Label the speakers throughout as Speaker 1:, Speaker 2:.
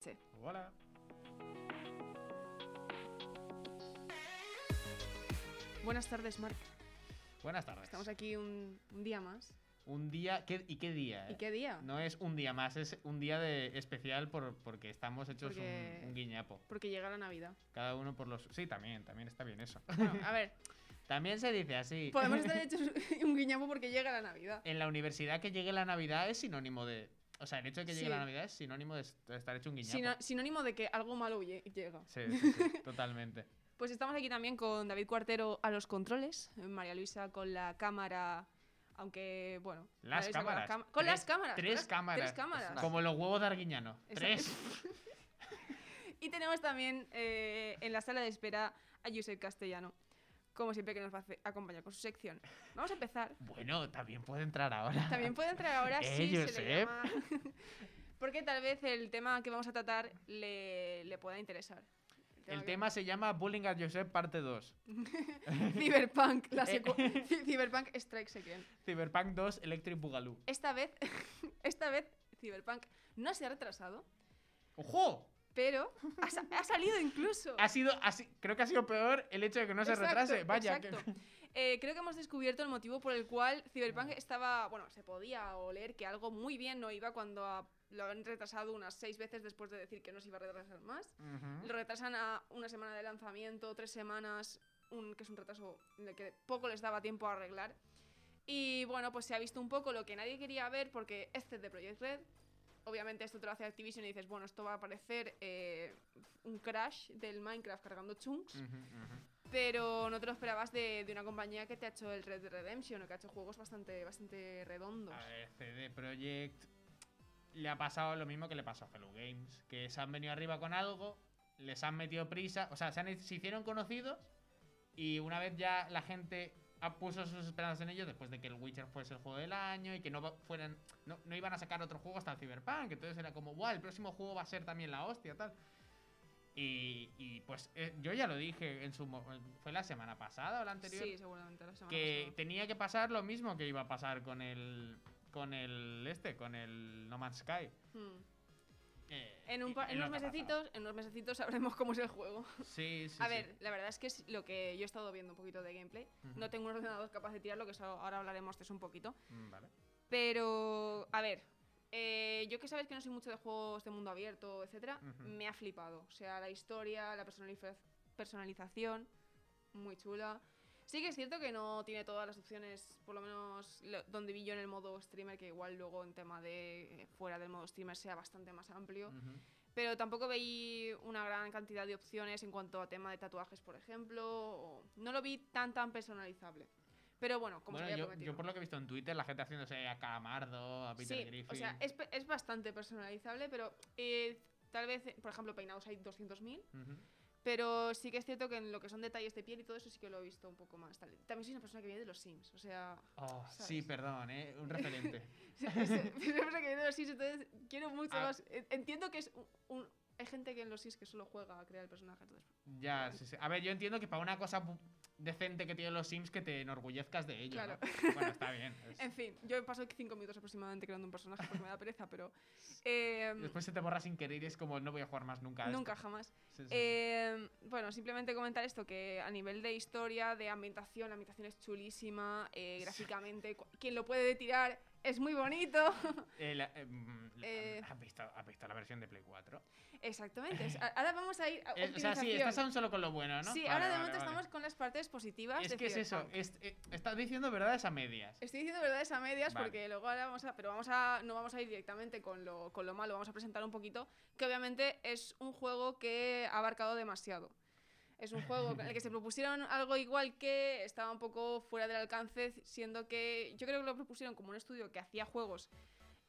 Speaker 1: Sí.
Speaker 2: Hola.
Speaker 1: Buenas tardes, Marc.
Speaker 2: Buenas tardes.
Speaker 1: Estamos aquí un, un día más.
Speaker 2: Un día, ¿qué- ¿y qué día? eh?
Speaker 1: ¿Y qué día?
Speaker 2: No es un día más, es un día de especial por, porque estamos hechos un-
Speaker 1: Porque-
Speaker 2: un, guiñapo.
Speaker 1: Porque llega la Navidad.
Speaker 2: Cada uno por los... Sí, también, también está bien eso.
Speaker 1: Bueno, a ver,
Speaker 2: también se dice así.
Speaker 1: podemos estar hechos un guiñapo porque llega la Navidad.
Speaker 2: En la universidad que llegue la Navidad es sinónimo de... O sea, el hecho de que llegue
Speaker 1: Sí.
Speaker 2: la Navidad es sinónimo de est- de estar hecho un guiñapo.
Speaker 1: Sino- sinónimo de que algo malo lle- llega.
Speaker 2: Sí, sí, sí, totalmente.
Speaker 1: Pues estamos aquí también con David Cuartero a los controles, eh, María Luisa con la cámara, aunque, bueno...
Speaker 2: Las
Speaker 1: María Luisa
Speaker 2: cámaras.
Speaker 1: Con, las, cam- con
Speaker 2: Tres-
Speaker 1: las cámaras. con
Speaker 2: Tres
Speaker 1: las-
Speaker 2: cámaras.
Speaker 1: Ah, Tres cámaras.
Speaker 2: Como los huevos de Arguiñano.
Speaker 1: Exacto.
Speaker 2: Tres.
Speaker 1: Y tenemos también eh, en la sala de espera a Josep Castellano, como siempre que nos va a hacer- acompañar con su sección. Vamos a empezar.
Speaker 2: Bueno, también puede entrar ahora.
Speaker 1: También puede entrar ahora
Speaker 2: Eh,
Speaker 1: sí se
Speaker 2: Josep.
Speaker 1: le llama. Porque tal vez el tema que vamos a tratar le, le pueda interesar.
Speaker 2: El
Speaker 1: que-
Speaker 2: tema se llama Bullying at Joseph parte 2.
Speaker 1: Cyberpunk, la
Speaker 2: Eh.
Speaker 1: secu- Ci- Cyberpunk Strikes Again.
Speaker 2: Cyberpunk 2 Electric Boogaloo.
Speaker 1: Esta vez, esta vez Cyberpunk no se ha retrasado,
Speaker 2: ¡Ojo!
Speaker 1: pero ha, sa- ha salido incluso.
Speaker 2: Ha sido así. Creo que ha sido peor el hecho de que Ah, no se
Speaker 1: Exacto,
Speaker 2: retrase. Vaya, que-
Speaker 1: exacto. Eh, creo que hemos descubierto el motivo por el cual Cyberpunk estaba, bueno, se podía oler que algo muy bien no iba cuando a- lo han retrasado unas seis veces después de decir que no se iba a retrasar más.
Speaker 2: Ujú.
Speaker 1: Lo retrasan a una semana de lanzamiento, tres semanas, un, que es un retraso en el que poco les daba tiempo a arreglar. Y bueno, pues se ha visto un poco lo que nadie quería ver porque este es de Project Red. Obviamente esto te lo hace Activision y dices, bueno, esto va a parecer eh, un crash del Minecraft cargando chunks.
Speaker 2: Ujú, ujú.
Speaker 1: Pero no te lo esperabas de, de una compañía que te ha hecho el Red Dead Redemption o que ha hecho juegos bastante, bastante redondos.
Speaker 2: A ver, CD Projekt le ha pasado lo mismo que le pasó a Hello Games. Que se han venido arriba con algo, les han metido prisa. O sea, se, han- se hicieron conocidos y una vez ya la gente ha- puso sus esperanzas en ellos después de que el Witcher fuese el juego del año y que no va- fueran no, no iban a sacar otro juego hasta el Cyberpunk entonces era como wow el próximo juego va a ser también la hostia tal y, y, pues eh, yo ya lo dije en su mo- fue la semana pasada o la anterior
Speaker 1: sí, seguramente la semana
Speaker 2: que
Speaker 1: pasada.
Speaker 2: tenía que pasar lo mismo que iba a pasar con el con el este con el No Man's Sky
Speaker 1: Hmm.
Speaker 2: Eh,
Speaker 1: En, un
Speaker 2: y-
Speaker 1: pa- en
Speaker 2: y no
Speaker 1: unos
Speaker 2: te ha
Speaker 1: mesecitos, en unos mesecitos sabremos cómo es el juego.
Speaker 2: pasado. sí, sí
Speaker 1: a
Speaker 2: sí.
Speaker 1: ver, la verdad es que es lo que yo he estado viendo un poquito de gameplay.
Speaker 2: Ujú.
Speaker 1: No tengo un ordenador capaz de tirarlo, que eso ahora hablaremos de eso un poquito.
Speaker 2: Mm, vale
Speaker 1: Pero, a ver, eh, yo que sabes que no soy mucho de juegos de mundo abierto, etcétera,
Speaker 2: Ujú.
Speaker 1: me ha flipado. O sea, la historia, la personaliza- personalización, muy chula. Sí que es cierto que no tiene todas las opciones, por lo menos lo- donde vi yo en el modo streamer, que igual luego en tema de eh, fuera del modo streamer sea bastante más amplio.
Speaker 2: Ujú.
Speaker 1: Pero tampoco veí una gran cantidad de opciones en cuanto a tema de tatuajes, por ejemplo. o- No lo vi tan tan personalizable. Pero bueno, como se
Speaker 2: bueno
Speaker 1: había
Speaker 2: yo,
Speaker 1: prometido.
Speaker 2: yo por lo que he visto en Twitter la gente haciéndose a Calamardo a Peter
Speaker 1: Sí,
Speaker 2: Griffin
Speaker 1: o sea, es, pe- es bastante personalizable, pero eh, tal vez, eh, por ejemplo, peinados hay 200.000,
Speaker 2: Ujú.
Speaker 1: pero sí que es cierto que en lo que son detalles de piel y todo eso sí que lo he visto un poco más. tal. También soy una persona que viene de los Sims, o sea,
Speaker 2: Oh,
Speaker 1: ¿sabes?
Speaker 2: sí, perdón, ¿eh? Un referente.
Speaker 1: soy una persona que viene de los Sims, entonces quiero mucho
Speaker 2: Ah.
Speaker 1: más. Eh, Entiendo que es un, un- hay gente que en los Sims que solo juega a crear el personaje, entonces
Speaker 2: ya, sí, sí. A ver, yo entiendo que para una cosa bu- decente que tienen los Sims que te enorgullezcas de ello.
Speaker 1: Claro.
Speaker 2: ¿no? Bueno, está bien. es-
Speaker 1: En fin, yo paso 5 minutos aproximadamente creando un personaje porque me da pereza, pero... eh,
Speaker 2: Después se te borra sin querer y es como no voy a jugar más nunca. a esto.
Speaker 1: nunca, jamás.
Speaker 2: Sí, sí, sí.
Speaker 1: Eh, bueno, simplemente comentar esto, que a nivel de historia, de ambientación, la ambientación es chulísima, eh, gráficamente, cu- quien lo puede tirar es muy bonito.
Speaker 2: Eh, la- eh, mm, la-
Speaker 1: Eh.
Speaker 2: ¿has, visto, has visto la versión de Play 4?
Speaker 1: Exactamente. es- a- Ahora vamos a ir
Speaker 2: Eh,
Speaker 1: a
Speaker 2: o sea, sí,
Speaker 1: optimización.
Speaker 2: estás aún solo con lo bueno, ¿no?
Speaker 1: Sí,
Speaker 2: Vale,
Speaker 1: ahora de
Speaker 2: vale,
Speaker 1: momento
Speaker 2: vale.
Speaker 1: estamos con las partes positivas.
Speaker 2: Es
Speaker 1: de
Speaker 2: que es eso,
Speaker 1: Cyberpunk.
Speaker 2: es- eh, estás diciendo verdades a medias.
Speaker 1: Estoy diciendo verdades a medias
Speaker 2: Vale.
Speaker 1: porque luego ahora vamos a... Pero vamos a, no vamos a ir directamente con lo, con lo malo, vamos a presentar un poquito, que obviamente es un juego que ha abarcado demasiado. Es un juego en el que se propusieron algo igual que estaba un poco fuera del alcance, siendo que yo creo que lo propusieron como un estudio que hacía juegos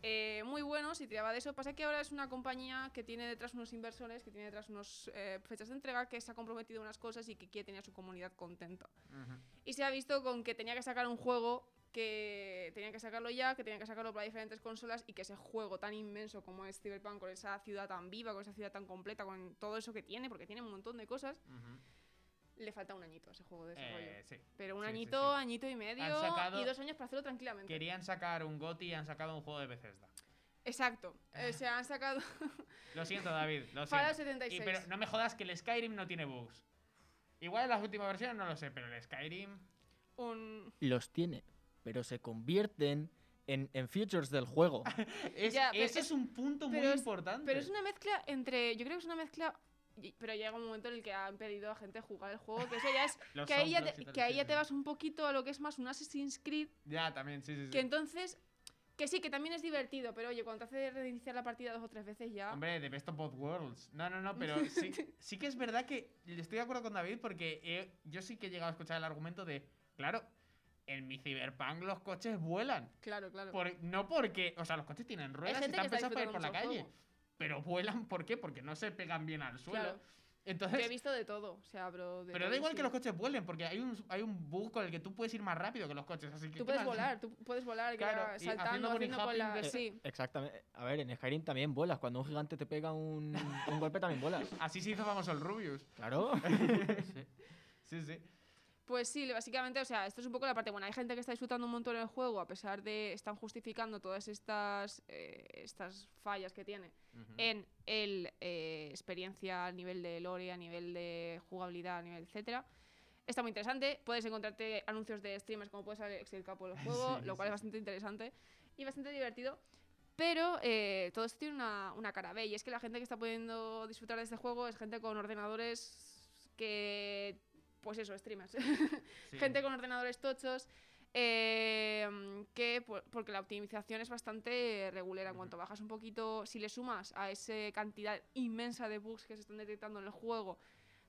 Speaker 1: eh, muy buenos y tiraba de eso. Pasa que ahora es una compañía que tiene detrás unos inversores, que tiene detrás unas fechas de entrega, que se ha comprometido a unas cosas y que quiere tener a su comunidad contenta. Y se ha visto con que tenía que sacar un juego que tenía que sacarlo ya, que tenía que sacarlo para diferentes consolas y que ese juego tan inmenso como es Cyberpunk, con esa ciudad tan viva, con esa ciudad tan completa, con todo eso que tiene, porque tiene un montón de cosas,
Speaker 2: Ujú.
Speaker 1: le falta un añito a ese juego de desarrollo.
Speaker 2: Eh, sí.
Speaker 1: Pero un
Speaker 2: Sí, sí,
Speaker 1: añito,
Speaker 2: sí.
Speaker 1: añito y medio
Speaker 2: Han sacado-
Speaker 1: y dos años para hacerlo tranquilamente.
Speaker 2: Querían sacar un GOTY y han sacado un juego de Bethesda.
Speaker 1: Exacto. eh, se han sacado
Speaker 2: Ah. Lo siento, David. Lo
Speaker 1: Fallout
Speaker 2: siento. Y
Speaker 1: 76.
Speaker 2: pero no me jodas que el Skyrim no tiene bugs. Igual en las últimas versiones no lo sé, pero el Skyrim.
Speaker 1: Un...
Speaker 3: Los tiene, pero se convierten en, en features del juego.
Speaker 2: Es-
Speaker 1: Ya, pero
Speaker 2: ese
Speaker 1: es-
Speaker 2: es un punto muy
Speaker 1: pero es-
Speaker 2: importante.
Speaker 1: Pero es una mezcla entre. Yo creo que es una mezcla. y- Pero llega un momento en el que han pedido a gente jugar el juego, que eso ya es.
Speaker 2: Los
Speaker 1: que ahí ya
Speaker 2: soundtracks
Speaker 1: te,
Speaker 2: y tal,
Speaker 1: que ahí
Speaker 2: sí,
Speaker 1: ya
Speaker 2: sí,
Speaker 1: te
Speaker 2: sí.
Speaker 1: vas un poquito a lo que es más un Assassin's Creed.
Speaker 2: Ya, también, sí, sí. sí.
Speaker 1: Que entonces. Que sí, que también es divertido, pero oye, cuando te hace reiniciar la partida dos o tres veces ya.
Speaker 2: Hombre, de Best of Both Worlds. No, no, no, pero sí, sí que es verdad que estoy de acuerdo con David porque he- yo sí que he llegado a escuchar el argumento de, claro, en mi Cyberpunk los coches vuelan.
Speaker 1: Claro, claro.
Speaker 2: Por- no porque, o sea, los coches tienen
Speaker 1: Hay
Speaker 2: ruedas y
Speaker 1: gente que
Speaker 2: pues, están
Speaker 1: está
Speaker 2: pensados para ir
Speaker 1: disfrutando
Speaker 2: por la
Speaker 1: mucho el
Speaker 2: calle.
Speaker 1: juego.
Speaker 2: Pero vuelan, ¿por qué? Porque no se pegan bien al suelo.
Speaker 1: Claro. Yo
Speaker 2: Entonces,
Speaker 1: he visto de todo. O sea, pero. de
Speaker 2: pero
Speaker 1: todo,
Speaker 2: da igual
Speaker 1: sí.
Speaker 2: que los coches vuelen, porque hay un, hay un bug con el que tú puedes ir más rápido que los coches. Así que,
Speaker 1: Tú
Speaker 2: ¿qué
Speaker 1: puedes
Speaker 2: más?
Speaker 1: volar, tú puedes volar, que
Speaker 2: Claro,
Speaker 1: era
Speaker 2: y haciendo
Speaker 1: saltando,
Speaker 2: eh.
Speaker 1: haciendo, con
Speaker 2: bunny
Speaker 1: la.
Speaker 2: hopping de-
Speaker 1: Sí.
Speaker 3: Exactamente. A ver, en Skyrim también vuelas. Cuando un gigante te pega un, un golpe también vuelas.
Speaker 2: Así se hizo famoso el Rubius.
Speaker 3: Claro.
Speaker 2: Sí, sí.
Speaker 1: Pues sí, básicamente, o sea, esto es un poco la parte buena. Hay gente que está disfrutando un montón el juego, a pesar de están justificando todas estas, eh, estas fallas que tiene en el eh, experiencia a nivel de lore, a nivel de jugabilidad, a nivel etcétera. Está muy interesante. Puedes encontrarte anuncios de streamers como puede ser Alex el capo del juego,
Speaker 2: Sí,
Speaker 1: lo cual
Speaker 2: sí,
Speaker 1: es bastante interesante y bastante divertido. Pero eh, todo esto tiene una, una cara B y es que la gente que está pudiendo disfrutar de este juego es gente con ordenadores que... Pues eso, streamers.
Speaker 2: Sí.
Speaker 1: gente con ordenadores tochos. eh, que por- porque la optimización es bastante regulera en cuanto bajas un poquito, si le sumas a esa cantidad inmensa de bugs que se están detectando en el juego,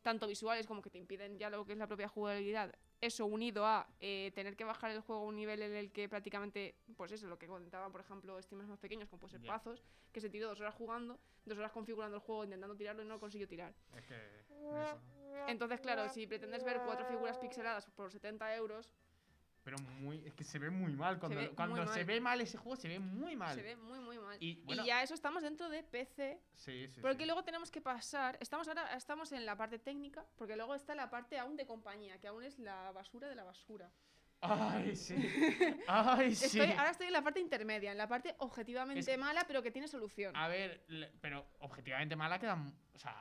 Speaker 1: tanto visuales como que te impiden ya lo que es la propia jugabilidad, eso unido a eh, tener que bajar el juego a un nivel en el que prácticamente, pues eso, lo que comentaba, por ejemplo, streamers más pequeños, como puede ser
Speaker 2: Ya.
Speaker 1: Pazos, que se tiró dos horas jugando, dos horas configurando el juego, intentando tirarlo y no lo consiguió tirar.
Speaker 2: Es que. eso.
Speaker 1: Entonces, claro, si pretendes ver cuatro figuras pixeladas por 70 euros,
Speaker 2: Pero muy, es que se ve muy mal. Cuando
Speaker 1: ve
Speaker 2: cuando se,
Speaker 1: muy mal.
Speaker 2: ve mal ese juego, se ve muy mal.
Speaker 1: Se ve muy, muy mal. Y,
Speaker 2: Y bueno,
Speaker 1: ya eso estamos dentro de PC,
Speaker 2: sí, sí,
Speaker 1: porque
Speaker 2: sí.
Speaker 1: luego tenemos que pasar, estamos ahora estamos en la parte técnica, porque luego está la parte aún de compañía, que aún es la basura de la basura.
Speaker 2: Ay, sí. Ay, sí.
Speaker 1: Estoy, ahora estoy en la parte intermedia, en la parte objetivamente
Speaker 2: Es que- Ah.
Speaker 1: mala, pero que tiene solución.
Speaker 2: A ver, le- pero objetivamente mala queda. m- O sea,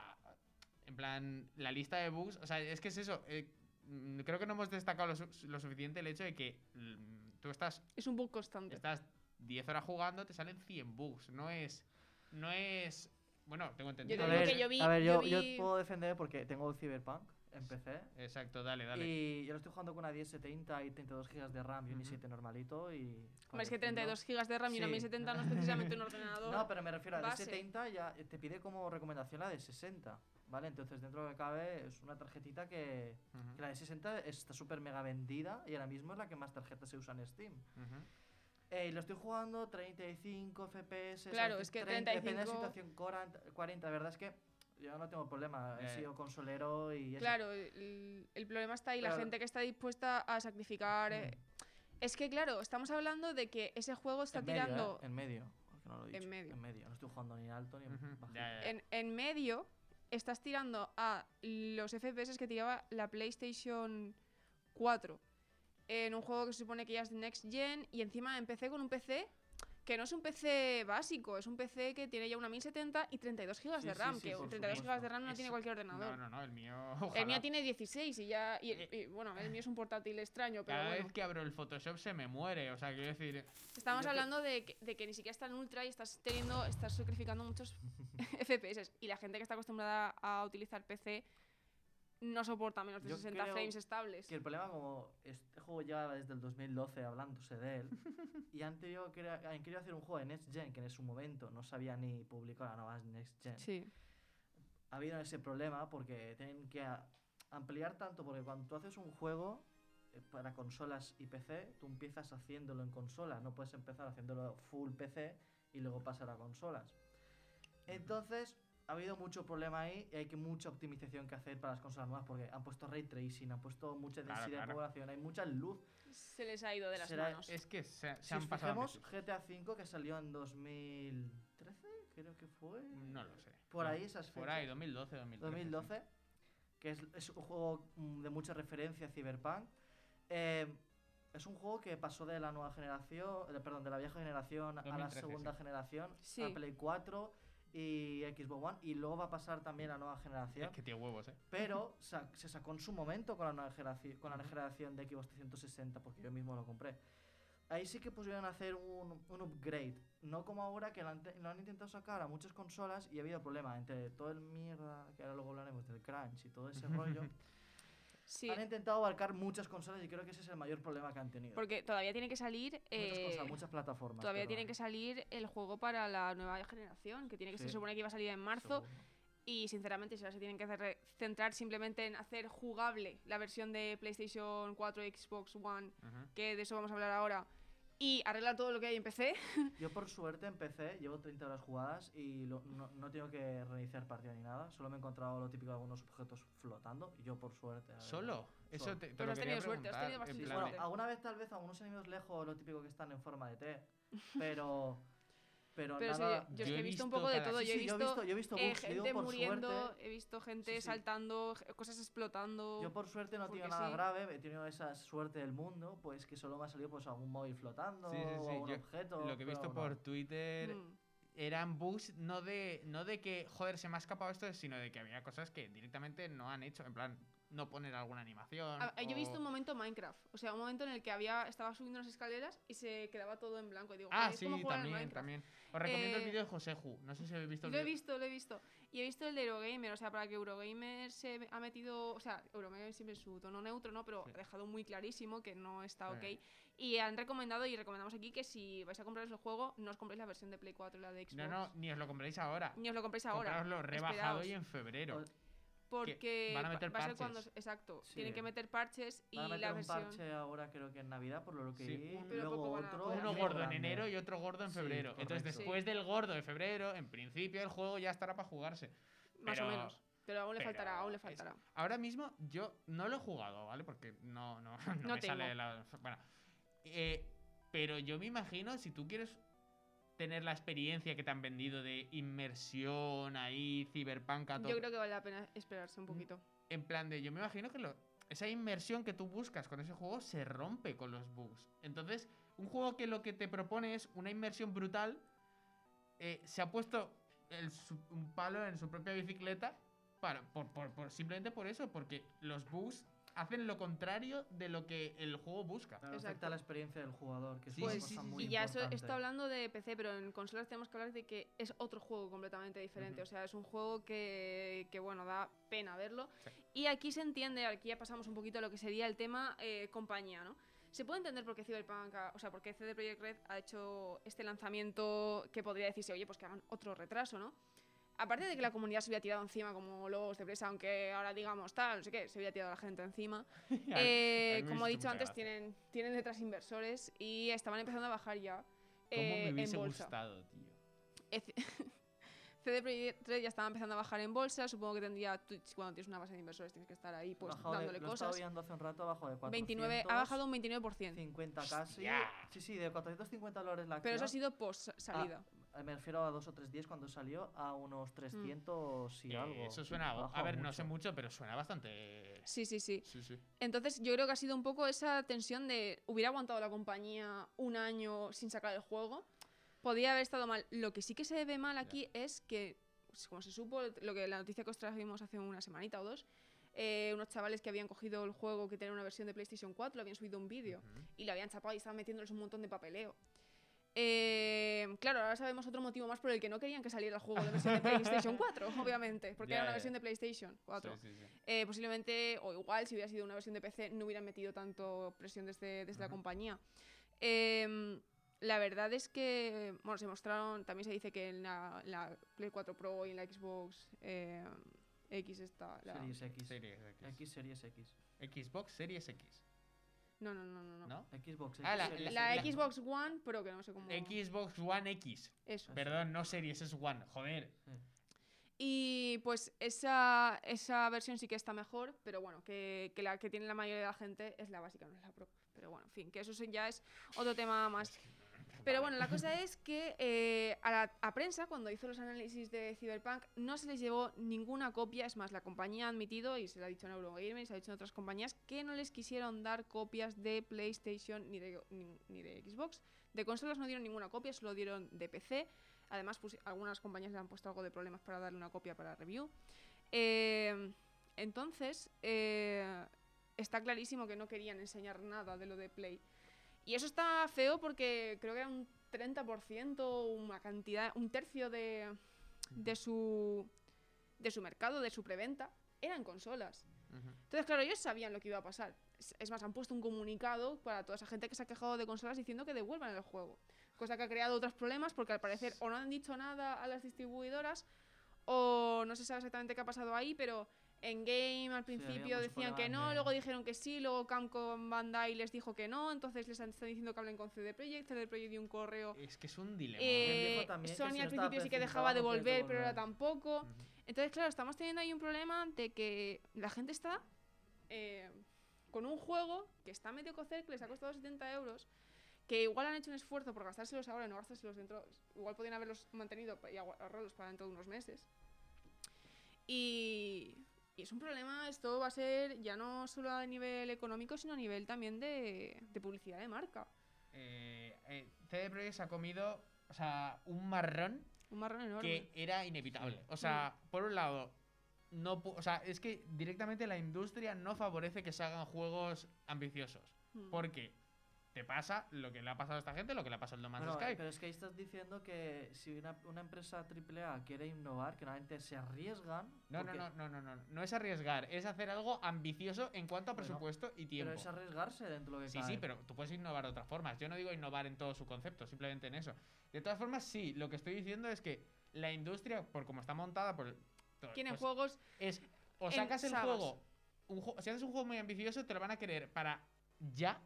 Speaker 2: en plan, la lista de bugs. O sea, es que es eso. eh, mm, creo que no hemos destacado lo, su- lo suficiente el hecho de que mm, tú estás,
Speaker 1: es un bug constante.
Speaker 2: estás 10 horas jugando, te salen 100 bugs. No es. No es. Bueno, tengo entendido.
Speaker 1: Yo
Speaker 4: a
Speaker 1: digo
Speaker 4: ver,
Speaker 1: que yo vi-
Speaker 4: a ver,
Speaker 1: yo
Speaker 4: yo,
Speaker 1: vi-
Speaker 4: yo puedo defender porque tengo Cyberpunk en PC.
Speaker 2: Exacto, dale, dale.
Speaker 4: Y yo lo estoy jugando con una 1070 y 32 GB de RAM y un
Speaker 2: Ujú.
Speaker 4: i7 normalito. Y,
Speaker 1: Hombre, es que
Speaker 4: joder,
Speaker 1: 32 GB de RAM y una
Speaker 4: Sí.
Speaker 1: 1070 no es precisamente un ordenador.
Speaker 4: No, pero me refiero a la
Speaker 1: base.
Speaker 4: de 70 ya eh, te pide como recomendación la de 60, ¿vale? Entonces dentro de lo que cabe es una tarjetita que,
Speaker 2: Ujú,
Speaker 4: que la de 60 está súper mega vendida y ahora mismo es la que más tarjetas se usa en Steam.
Speaker 2: ujú.
Speaker 4: Eh, y lo estoy jugando 35 FPS.
Speaker 1: Claro,
Speaker 4: a veces
Speaker 1: es que
Speaker 4: 30, Depende de la
Speaker 1: 35.
Speaker 4: situación, 40, 40, la verdad es que yo no tengo problema, he
Speaker 2: Ya, ya.
Speaker 4: sido consolero y... eso.
Speaker 1: Claro, el, el problema está ahí, la
Speaker 4: Claro. Mm.
Speaker 1: gente que está dispuesta a sacrificar. eh, Es que, claro, estamos hablando de que ese juego está
Speaker 4: en medio, ¿eh?
Speaker 1: tirando.
Speaker 4: En medio, porque no lo he
Speaker 1: En
Speaker 4: dicho.
Speaker 1: medio.
Speaker 4: no estoy jugando ni alto ni
Speaker 2: Ujú,
Speaker 4: bajito.
Speaker 2: ya, ya, ya.
Speaker 1: en, en medio estás tirando a los FPS que tiraba la PlayStation 4 en un juego que se supone que ya es de Next Gen y encima empecé con un PC que no es un PC básico, es un PC que tiene ya una 1070 y 32 GB
Speaker 4: Sí,
Speaker 1: de
Speaker 4: sí,
Speaker 1: RAM,
Speaker 4: sí,
Speaker 1: que
Speaker 4: por
Speaker 1: 32 GB de
Speaker 2: supuesto.
Speaker 1: RAM no tiene
Speaker 2: Eso-
Speaker 1: cualquier
Speaker 2: No,
Speaker 1: ordenador.
Speaker 2: no, no, el mío.
Speaker 1: El mío
Speaker 2: ojalá.
Speaker 1: tiene 16 y ya. Y, el- y, bueno, el mío es un portátil extraño, pero
Speaker 2: Cada
Speaker 1: bueno.
Speaker 2: vez que abro el Photoshop se me muere, o sea, quiero decir.
Speaker 1: Estamos
Speaker 4: Yo que-
Speaker 1: hablando de que, de que ni siquiera está en ultra y estás teniendo, estás sacrificando muchos FPS. Y la gente que está acostumbrada a utilizar PC no soporta menos de
Speaker 4: Yo
Speaker 1: 60
Speaker 4: creo
Speaker 1: frames estables.
Speaker 4: Que el problema, como este juego lleva desde el 2012 hablándose de él, y han querido, crea- han querido hacer un juego de Next Gen, que en su momento no se había ni publicado la nueva Next Gen.
Speaker 1: Sí.
Speaker 4: Ha habido ese problema porque tienen que a- ampliar tanto, porque cuando tú haces un juego eh, para consolas y PC, tú empiezas haciéndolo en consola, no puedes empezar haciéndolo full PC y luego pasar a consolas. Entonces, ha habido mucho problema ahí y hay que mucha optimización que hacer para las consolas nuevas porque han puesto ray tracing, han puesto mucha
Speaker 2: Claro,
Speaker 4: densidad
Speaker 2: claro.
Speaker 4: de población, hay mucha luz.
Speaker 1: Se les ha ido de las
Speaker 4: Será-
Speaker 1: manos.
Speaker 2: Es que se, se
Speaker 4: Si
Speaker 2: han
Speaker 4: os
Speaker 2: pasado.
Speaker 4: fijamos,
Speaker 2: mucho.
Speaker 4: GTA V que salió en 2013, creo que fue.
Speaker 2: No lo sé.
Speaker 4: Por
Speaker 2: No,
Speaker 4: ahí esas
Speaker 2: Por
Speaker 4: fechas.
Speaker 2: ahí, 2012, 2013.
Speaker 4: 2012, que es, es un juego mm, de mucha referencia a Cyberpunk. Eh, Es un juego que pasó de la nueva generación, eh, perdón, de la vieja generación a la
Speaker 2: 2013,
Speaker 4: segunda
Speaker 2: sí.
Speaker 4: generación,
Speaker 1: Sí.
Speaker 4: a Play 4 y Xbox One, y luego va a pasar también a la nueva generación.
Speaker 2: Es que tiene huevos, ¿eh?
Speaker 4: Pero sa- se sacó en su momento con la nueva generación, con la
Speaker 2: Ujú.
Speaker 4: generación de Xbox 360, porque yo mismo lo compré. Ahí sí que pusieron a hacer un, un upgrade. No como ahora que lo han, te- lo han intentado sacar a muchas consolas y ha habido problemas entre todo el mierda, que ahora luego hablaremos del crunch y todo ese rollo.
Speaker 1: Sí,
Speaker 4: Han intentado abarcar muchas consolas y creo que ese es el mayor problema que han tenido.
Speaker 1: porque todavía tiene que salir.
Speaker 4: muchas
Speaker 1: eh,
Speaker 4: consolas, muchas plataformas.
Speaker 1: Todavía
Speaker 4: pero-
Speaker 1: tiene que salir el juego para la nueva generación, que tiene que se
Speaker 4: Sí.
Speaker 1: supone que iba a salir en marzo.
Speaker 4: Seguro.
Speaker 1: Y sinceramente, si ahora se tienen que hacer- eh, centrar simplemente en hacer jugable la versión de PlayStation 4, Xbox One,
Speaker 2: Ujú.
Speaker 1: que de eso vamos a hablar ahora, y arreglar todo lo que hay en PC.
Speaker 4: Yo por suerte empecé, llevo 30 horas jugadas y lo- no, no tengo que reiniciar partida ni nada. Solo me he encontrado lo típico de algunos objetos flotando y yo por suerte. a ver.
Speaker 2: ¿Solo? Eso
Speaker 4: Solo.
Speaker 2: te, te
Speaker 1: Pero
Speaker 2: lo
Speaker 1: has
Speaker 2: quería
Speaker 1: tenido suerte, has
Speaker 2: preguntar,
Speaker 1: tenido
Speaker 2: en
Speaker 1: bastante
Speaker 4: Sí,
Speaker 2: plan
Speaker 4: bueno,
Speaker 1: suerte.
Speaker 4: alguna vez tal vez algunos enemigos lejos lo típico que están en forma de T, pero... Pero,
Speaker 1: Pero sí,
Speaker 4: nada...
Speaker 1: yo es
Speaker 2: Yo
Speaker 1: que he
Speaker 2: he
Speaker 1: visto un
Speaker 2: visto
Speaker 1: poco de
Speaker 2: cada-
Speaker 1: todo.
Speaker 4: Sí,
Speaker 1: yo he
Speaker 4: sí, yo
Speaker 1: visto,
Speaker 4: he visto, yo he visto
Speaker 1: eh,
Speaker 4: bugs, yo digo,
Speaker 1: gente
Speaker 4: por
Speaker 1: muriendo, eh,
Speaker 4: suerte-
Speaker 1: he visto gente
Speaker 4: Sí, sí.
Speaker 1: saltando, je- cosas explotando.
Speaker 4: Yo por suerte no he tenido
Speaker 1: Porque
Speaker 4: nada
Speaker 1: sí.
Speaker 4: grave, he tenido esa suerte del mundo, pues que solo me ha salido pues algún móvil flotando
Speaker 2: Sí, sí, sí,
Speaker 4: o algún
Speaker 2: yo-
Speaker 4: objeto.
Speaker 2: Lo que he visto
Speaker 4: pero
Speaker 2: por
Speaker 4: no.
Speaker 2: Twitter
Speaker 4: eh,
Speaker 1: Mm.
Speaker 2: eran bugs no de, no de que, joder, se me ha escapado esto, sino de que había cosas que directamente no han hecho. En plan, no poner alguna animación.
Speaker 1: Ah, Yo he visto
Speaker 2: o-
Speaker 1: un momento Minecraft, o sea, un momento en el que había estaba subiendo unas escaleras y se quedaba todo en blanco. Y digo,
Speaker 2: Ah,
Speaker 1: "Joder, es
Speaker 2: sí,
Speaker 1: como jugar al
Speaker 2: también,
Speaker 1: Minecraft".
Speaker 2: también. Os recomiendo el
Speaker 1: Eh,
Speaker 2: vídeo de Joseju. No sé si habéis visto el
Speaker 1: Lo he
Speaker 2: vídeo.
Speaker 1: visto, lo he visto. Y he visto el de Eurogamer, o sea, para que Eurogamer se ha metido, o sea, Eurogamer siempre en su tono neutro, ¿no? Pero
Speaker 2: Sí.
Speaker 1: ha dejado muy clarísimo que no está ok.
Speaker 2: Sí.
Speaker 1: Y han recomendado y recomendamos aquí que si vais a compraros el juego, no os compréis la versión de Play 4 y la de Xbox.
Speaker 2: No, no, ni os lo compréis ahora.
Speaker 1: Ni os lo compréis ahora.
Speaker 2: Comprároslo rebajado y
Speaker 1: esperaos.
Speaker 2: en febrero.
Speaker 4: Pues,
Speaker 1: Porque
Speaker 2: van a
Speaker 1: va-
Speaker 2: meter
Speaker 1: va a
Speaker 2: parches.
Speaker 1: ser cuando... Exacto.
Speaker 4: Sí.
Speaker 1: Tienen que meter parches y
Speaker 4: Van a meter
Speaker 1: la
Speaker 4: un
Speaker 1: versión...
Speaker 4: parche ahora creo que en Navidad, por lo que
Speaker 2: Sí,
Speaker 4: vi,
Speaker 2: un-
Speaker 1: Pero
Speaker 4: luego
Speaker 1: poco van a
Speaker 4: otro...
Speaker 1: poder
Speaker 2: Uno
Speaker 1: muy
Speaker 2: gordo en enero y otro gordo en
Speaker 4: Sí,
Speaker 2: febrero. Entonces,
Speaker 4: correcto.
Speaker 2: después del gordo de febrero, en principio el juego ya estará para jugarse.
Speaker 1: Más o
Speaker 2: Pero-
Speaker 1: menos. Pero aún le
Speaker 2: pero
Speaker 1: faltará, aún le
Speaker 2: es-
Speaker 1: faltará.
Speaker 2: Ahora mismo yo no lo he jugado, ¿vale? Porque no, no, no,
Speaker 1: No
Speaker 2: me
Speaker 1: tengo.
Speaker 2: sale la. Bueno. Eh, pero yo me imagino, si tú quieres tener la experiencia que te han vendido de inmersión ahí, ciberpunk a
Speaker 1: Yo
Speaker 2: tope,
Speaker 1: creo que vale la pena esperarse un poquito.
Speaker 2: En plan de, yo me imagino que lo- esa inmersión que tú buscas con ese juego se rompe con los bugs. Entonces, un juego que lo que te propone es una inmersión brutal, eh, se ha puesto el su- un palo en su propia bicicleta para, por, por- por- simplemente por eso, porque los bugs hacen lo contrario de lo que el juego busca.
Speaker 4: Claro,
Speaker 1: Exacto.
Speaker 4: afecta la experiencia del jugador, que es
Speaker 2: Sí,
Speaker 4: una
Speaker 2: sí,
Speaker 4: cosa
Speaker 2: sí, sí,
Speaker 4: muy
Speaker 2: sí.
Speaker 1: Y ya eso, esto
Speaker 4: importante.
Speaker 1: hablando de PC, pero en consolas tenemos que hablar de que es otro juego completamente diferente.
Speaker 2: Ujú.
Speaker 1: O sea, es un juego que, que, bueno, da pena verlo.
Speaker 2: Sí.
Speaker 1: Y aquí se entiende, aquí ya pasamos un poquito a lo que sería el tema eh, compañía, ¿no? Se puede entender por qué Cyberpunk, ha- o sea, por qué CD Projekt Red ha hecho este lanzamiento que podría decirse, oye, pues que hagan otro retraso, ¿no? Aparte de que la comunidad se hubiera tirado encima como lobos de presa, aunque ahora digamos tal, no sé qué, se hubiera tirado la gente encima. Eh,
Speaker 2: a mí me
Speaker 1: como he
Speaker 2: hizo
Speaker 1: dicho
Speaker 2: mucha
Speaker 1: antes,
Speaker 2: gracia.
Speaker 1: tienen, tienen detrás inversores y estaban empezando a bajar ya
Speaker 2: ¿Cómo
Speaker 1: eh,
Speaker 2: me
Speaker 1: en
Speaker 2: hubiese
Speaker 1: bolsa.
Speaker 2: gustado, tío?
Speaker 1: Ec- CD Projekt Red ya estaba empezando a bajar en bolsa. Supongo que tendría Twitch, cuando tienes una base de inversores, tienes que estar ahí pues
Speaker 4: Bajado de-
Speaker 1: dándole
Speaker 4: lo estaba
Speaker 1: cosas.
Speaker 4: viendo hace un rato, abajo de
Speaker 1: 29, ha bajado un 29%.
Speaker 4: 50 casi.
Speaker 2: Hostia.
Speaker 4: Sí, sí, de 450 dólares la
Speaker 1: Pero eso ha
Speaker 4: acción,
Speaker 1: sido post salida.
Speaker 4: eh, Me refiero a dos o tres días cuando salió a
Speaker 1: Mm.
Speaker 4: unos 300 y
Speaker 2: Eh,
Speaker 4: algo.
Speaker 2: eso suena a,
Speaker 4: Bajó
Speaker 2: a ver, no
Speaker 4: mucho.
Speaker 2: sé mucho, pero suena bastante.
Speaker 1: Sí, sí, sí.
Speaker 2: Sí, sí.
Speaker 1: Entonces yo creo que ha sido un poco esa tensión de hubiera aguantado la compañía un año sin sacar el juego. Podría haber estado mal. Lo que sí que se ve mal aquí es que, pues, como se supo, lo que la noticia que os trajimos hace una semanita o dos, eh, unos chavales que habían cogido el juego que tenía una versión de PlayStation 4, lo habían subido un vídeo
Speaker 2: Ujú.
Speaker 1: y lo habían chapado y estaban metiéndoles un montón de papeleo. Eh, claro, ahora sabemos otro motivo más por el que no querían que saliera el juego de versión de PlayStation 4, obviamente, porque
Speaker 2: Ya,
Speaker 1: era una
Speaker 2: ya,
Speaker 1: versión
Speaker 2: ya.
Speaker 1: de PlayStation 4.
Speaker 2: Sí, sí, sí.
Speaker 1: Eh, posiblemente, o igual, si hubiera sido una versión de PC, no hubieran metido tanto presión desde, desde la
Speaker 2: Ujú.
Speaker 1: compañía. Em, la verdad es que, bueno, se mostraron, también se dice que en la, la Play 4 Pro y en la Xbox eh, X está... la-
Speaker 4: Series X.
Speaker 2: Series X.
Speaker 4: X, Series X.
Speaker 2: Xbox Series X,
Speaker 1: No, no, no, no. no.
Speaker 2: ¿no?
Speaker 4: Xbox X.
Speaker 2: Ah, la-
Speaker 4: Series
Speaker 2: la-
Speaker 1: La
Speaker 4: X.
Speaker 1: Xbox One Pro, que no sé cómo...
Speaker 2: Xbox One X.
Speaker 1: Eso.
Speaker 2: Perdón, no Series, es One. Joder.
Speaker 1: Y pues esa, esa versión sí que está mejor, pero bueno, que, que la que tiene la mayoría de la gente es la básica, no es la Pro. Pero bueno, en fin, que eso se- ya es otro tema más. Pero bueno, la cosa es que eh, a la a prensa, cuando hizo los análisis de Cyberpunk, no se les llevó ninguna copia. Es más, la compañía ha admitido, y se lo ha dicho en Eurogamer y se lo ha dicho en otras compañías, que no les quisieron dar copias de PlayStation ni de, ni, ni de Xbox. De consolas no dieron ninguna copia, solo dieron de PC. Además, pues, algunas compañías le han puesto algo de problemas para darle una copia para review. Eh, entonces, eh, está clarísimo que no querían enseñar nada de lo de Play. Y eso está feo porque creo que era un 30%, una cantidad, un tercio de, de su, de su mercado, de su preventa, eran consolas.
Speaker 2: Ujú.
Speaker 1: Entonces, claro, ellos sabían lo que iba a pasar. Es- Es más, han puesto un comunicado para toda esa gente que se ha quejado de consolas diciendo que devuelvan el juego. Cosa que ha creado otros problemas porque al parecer o no han dicho nada a las distribuidoras o no se sabe exactamente qué ha pasado ahí, pero en Game al
Speaker 4: había
Speaker 1: principio
Speaker 4: mucho
Speaker 1: decían
Speaker 4: problema
Speaker 1: que no,
Speaker 4: de-
Speaker 1: luego dijeron que sí, luego Camcom Bandai les dijo que no, entonces les han- están diciendo que hablen con CD Projekt, CD Projekt dio un correo.
Speaker 2: Es que es un dilema.
Speaker 1: Eh,
Speaker 4: dijo también que si
Speaker 1: Sony
Speaker 4: no
Speaker 1: al
Speaker 4: estaba
Speaker 1: principio sí que
Speaker 4: precintada,
Speaker 1: dejaba
Speaker 4: no
Speaker 1: de
Speaker 4: podías
Speaker 1: volver, pero ahora
Speaker 4: devolver.
Speaker 1: tampoco.
Speaker 2: Ujú.
Speaker 1: Entonces, claro, estamos teniendo ahí un problema de que la gente está eh, con un juego que está medio cocer, que les ha costado 70 euros, que igual han hecho un esfuerzo por gastárselos ahora y no gastárselos dentro. Igual podían haberlos mantenido pa- y agua- ahorrarlos para dentro de unos meses. Y, y es un problema, esto va a ser ya no solo a nivel económico, sino a nivel también de, de publicidad de marca.
Speaker 2: Eh, eh, CD Projekt se ha comido, o sea, un marrón
Speaker 1: Un marrón enorme.
Speaker 2: que era inevitable. O sea, por un lado, no, pu- o sea, es que directamente la industria no favorece que se hagan juegos ambiciosos,
Speaker 1: Mm.
Speaker 2: porque te pasa lo que le ha pasado a esta gente, lo que le ha pasado al No Man's
Speaker 4: Bueno,
Speaker 2: Sky.
Speaker 4: pero es que ahí estás diciendo que si una, una empresa AAA quiere innovar, que normalmente se arriesgan.
Speaker 2: No, no,
Speaker 4: porque-
Speaker 2: no, no, no, no, no es arriesgar, es hacer algo ambicioso en cuanto a
Speaker 4: Bueno,
Speaker 2: presupuesto y tiempo.
Speaker 4: Pero es arriesgarse dentro de lo que
Speaker 2: Sí,
Speaker 4: cabe.
Speaker 2: sí, pero tú puedes innovar de otras formas. Yo no digo innovar en todo su concepto, simplemente en eso. De todas formas, sí, lo que estoy diciendo es que la industria, por como está montada, por to-
Speaker 1: Tienen
Speaker 2: pues,
Speaker 1: juegos
Speaker 2: es o
Speaker 1: en
Speaker 2: sacas el
Speaker 1: sagas.
Speaker 2: juego, un ju- si haces un juego muy ambicioso, te lo van a querer para ya.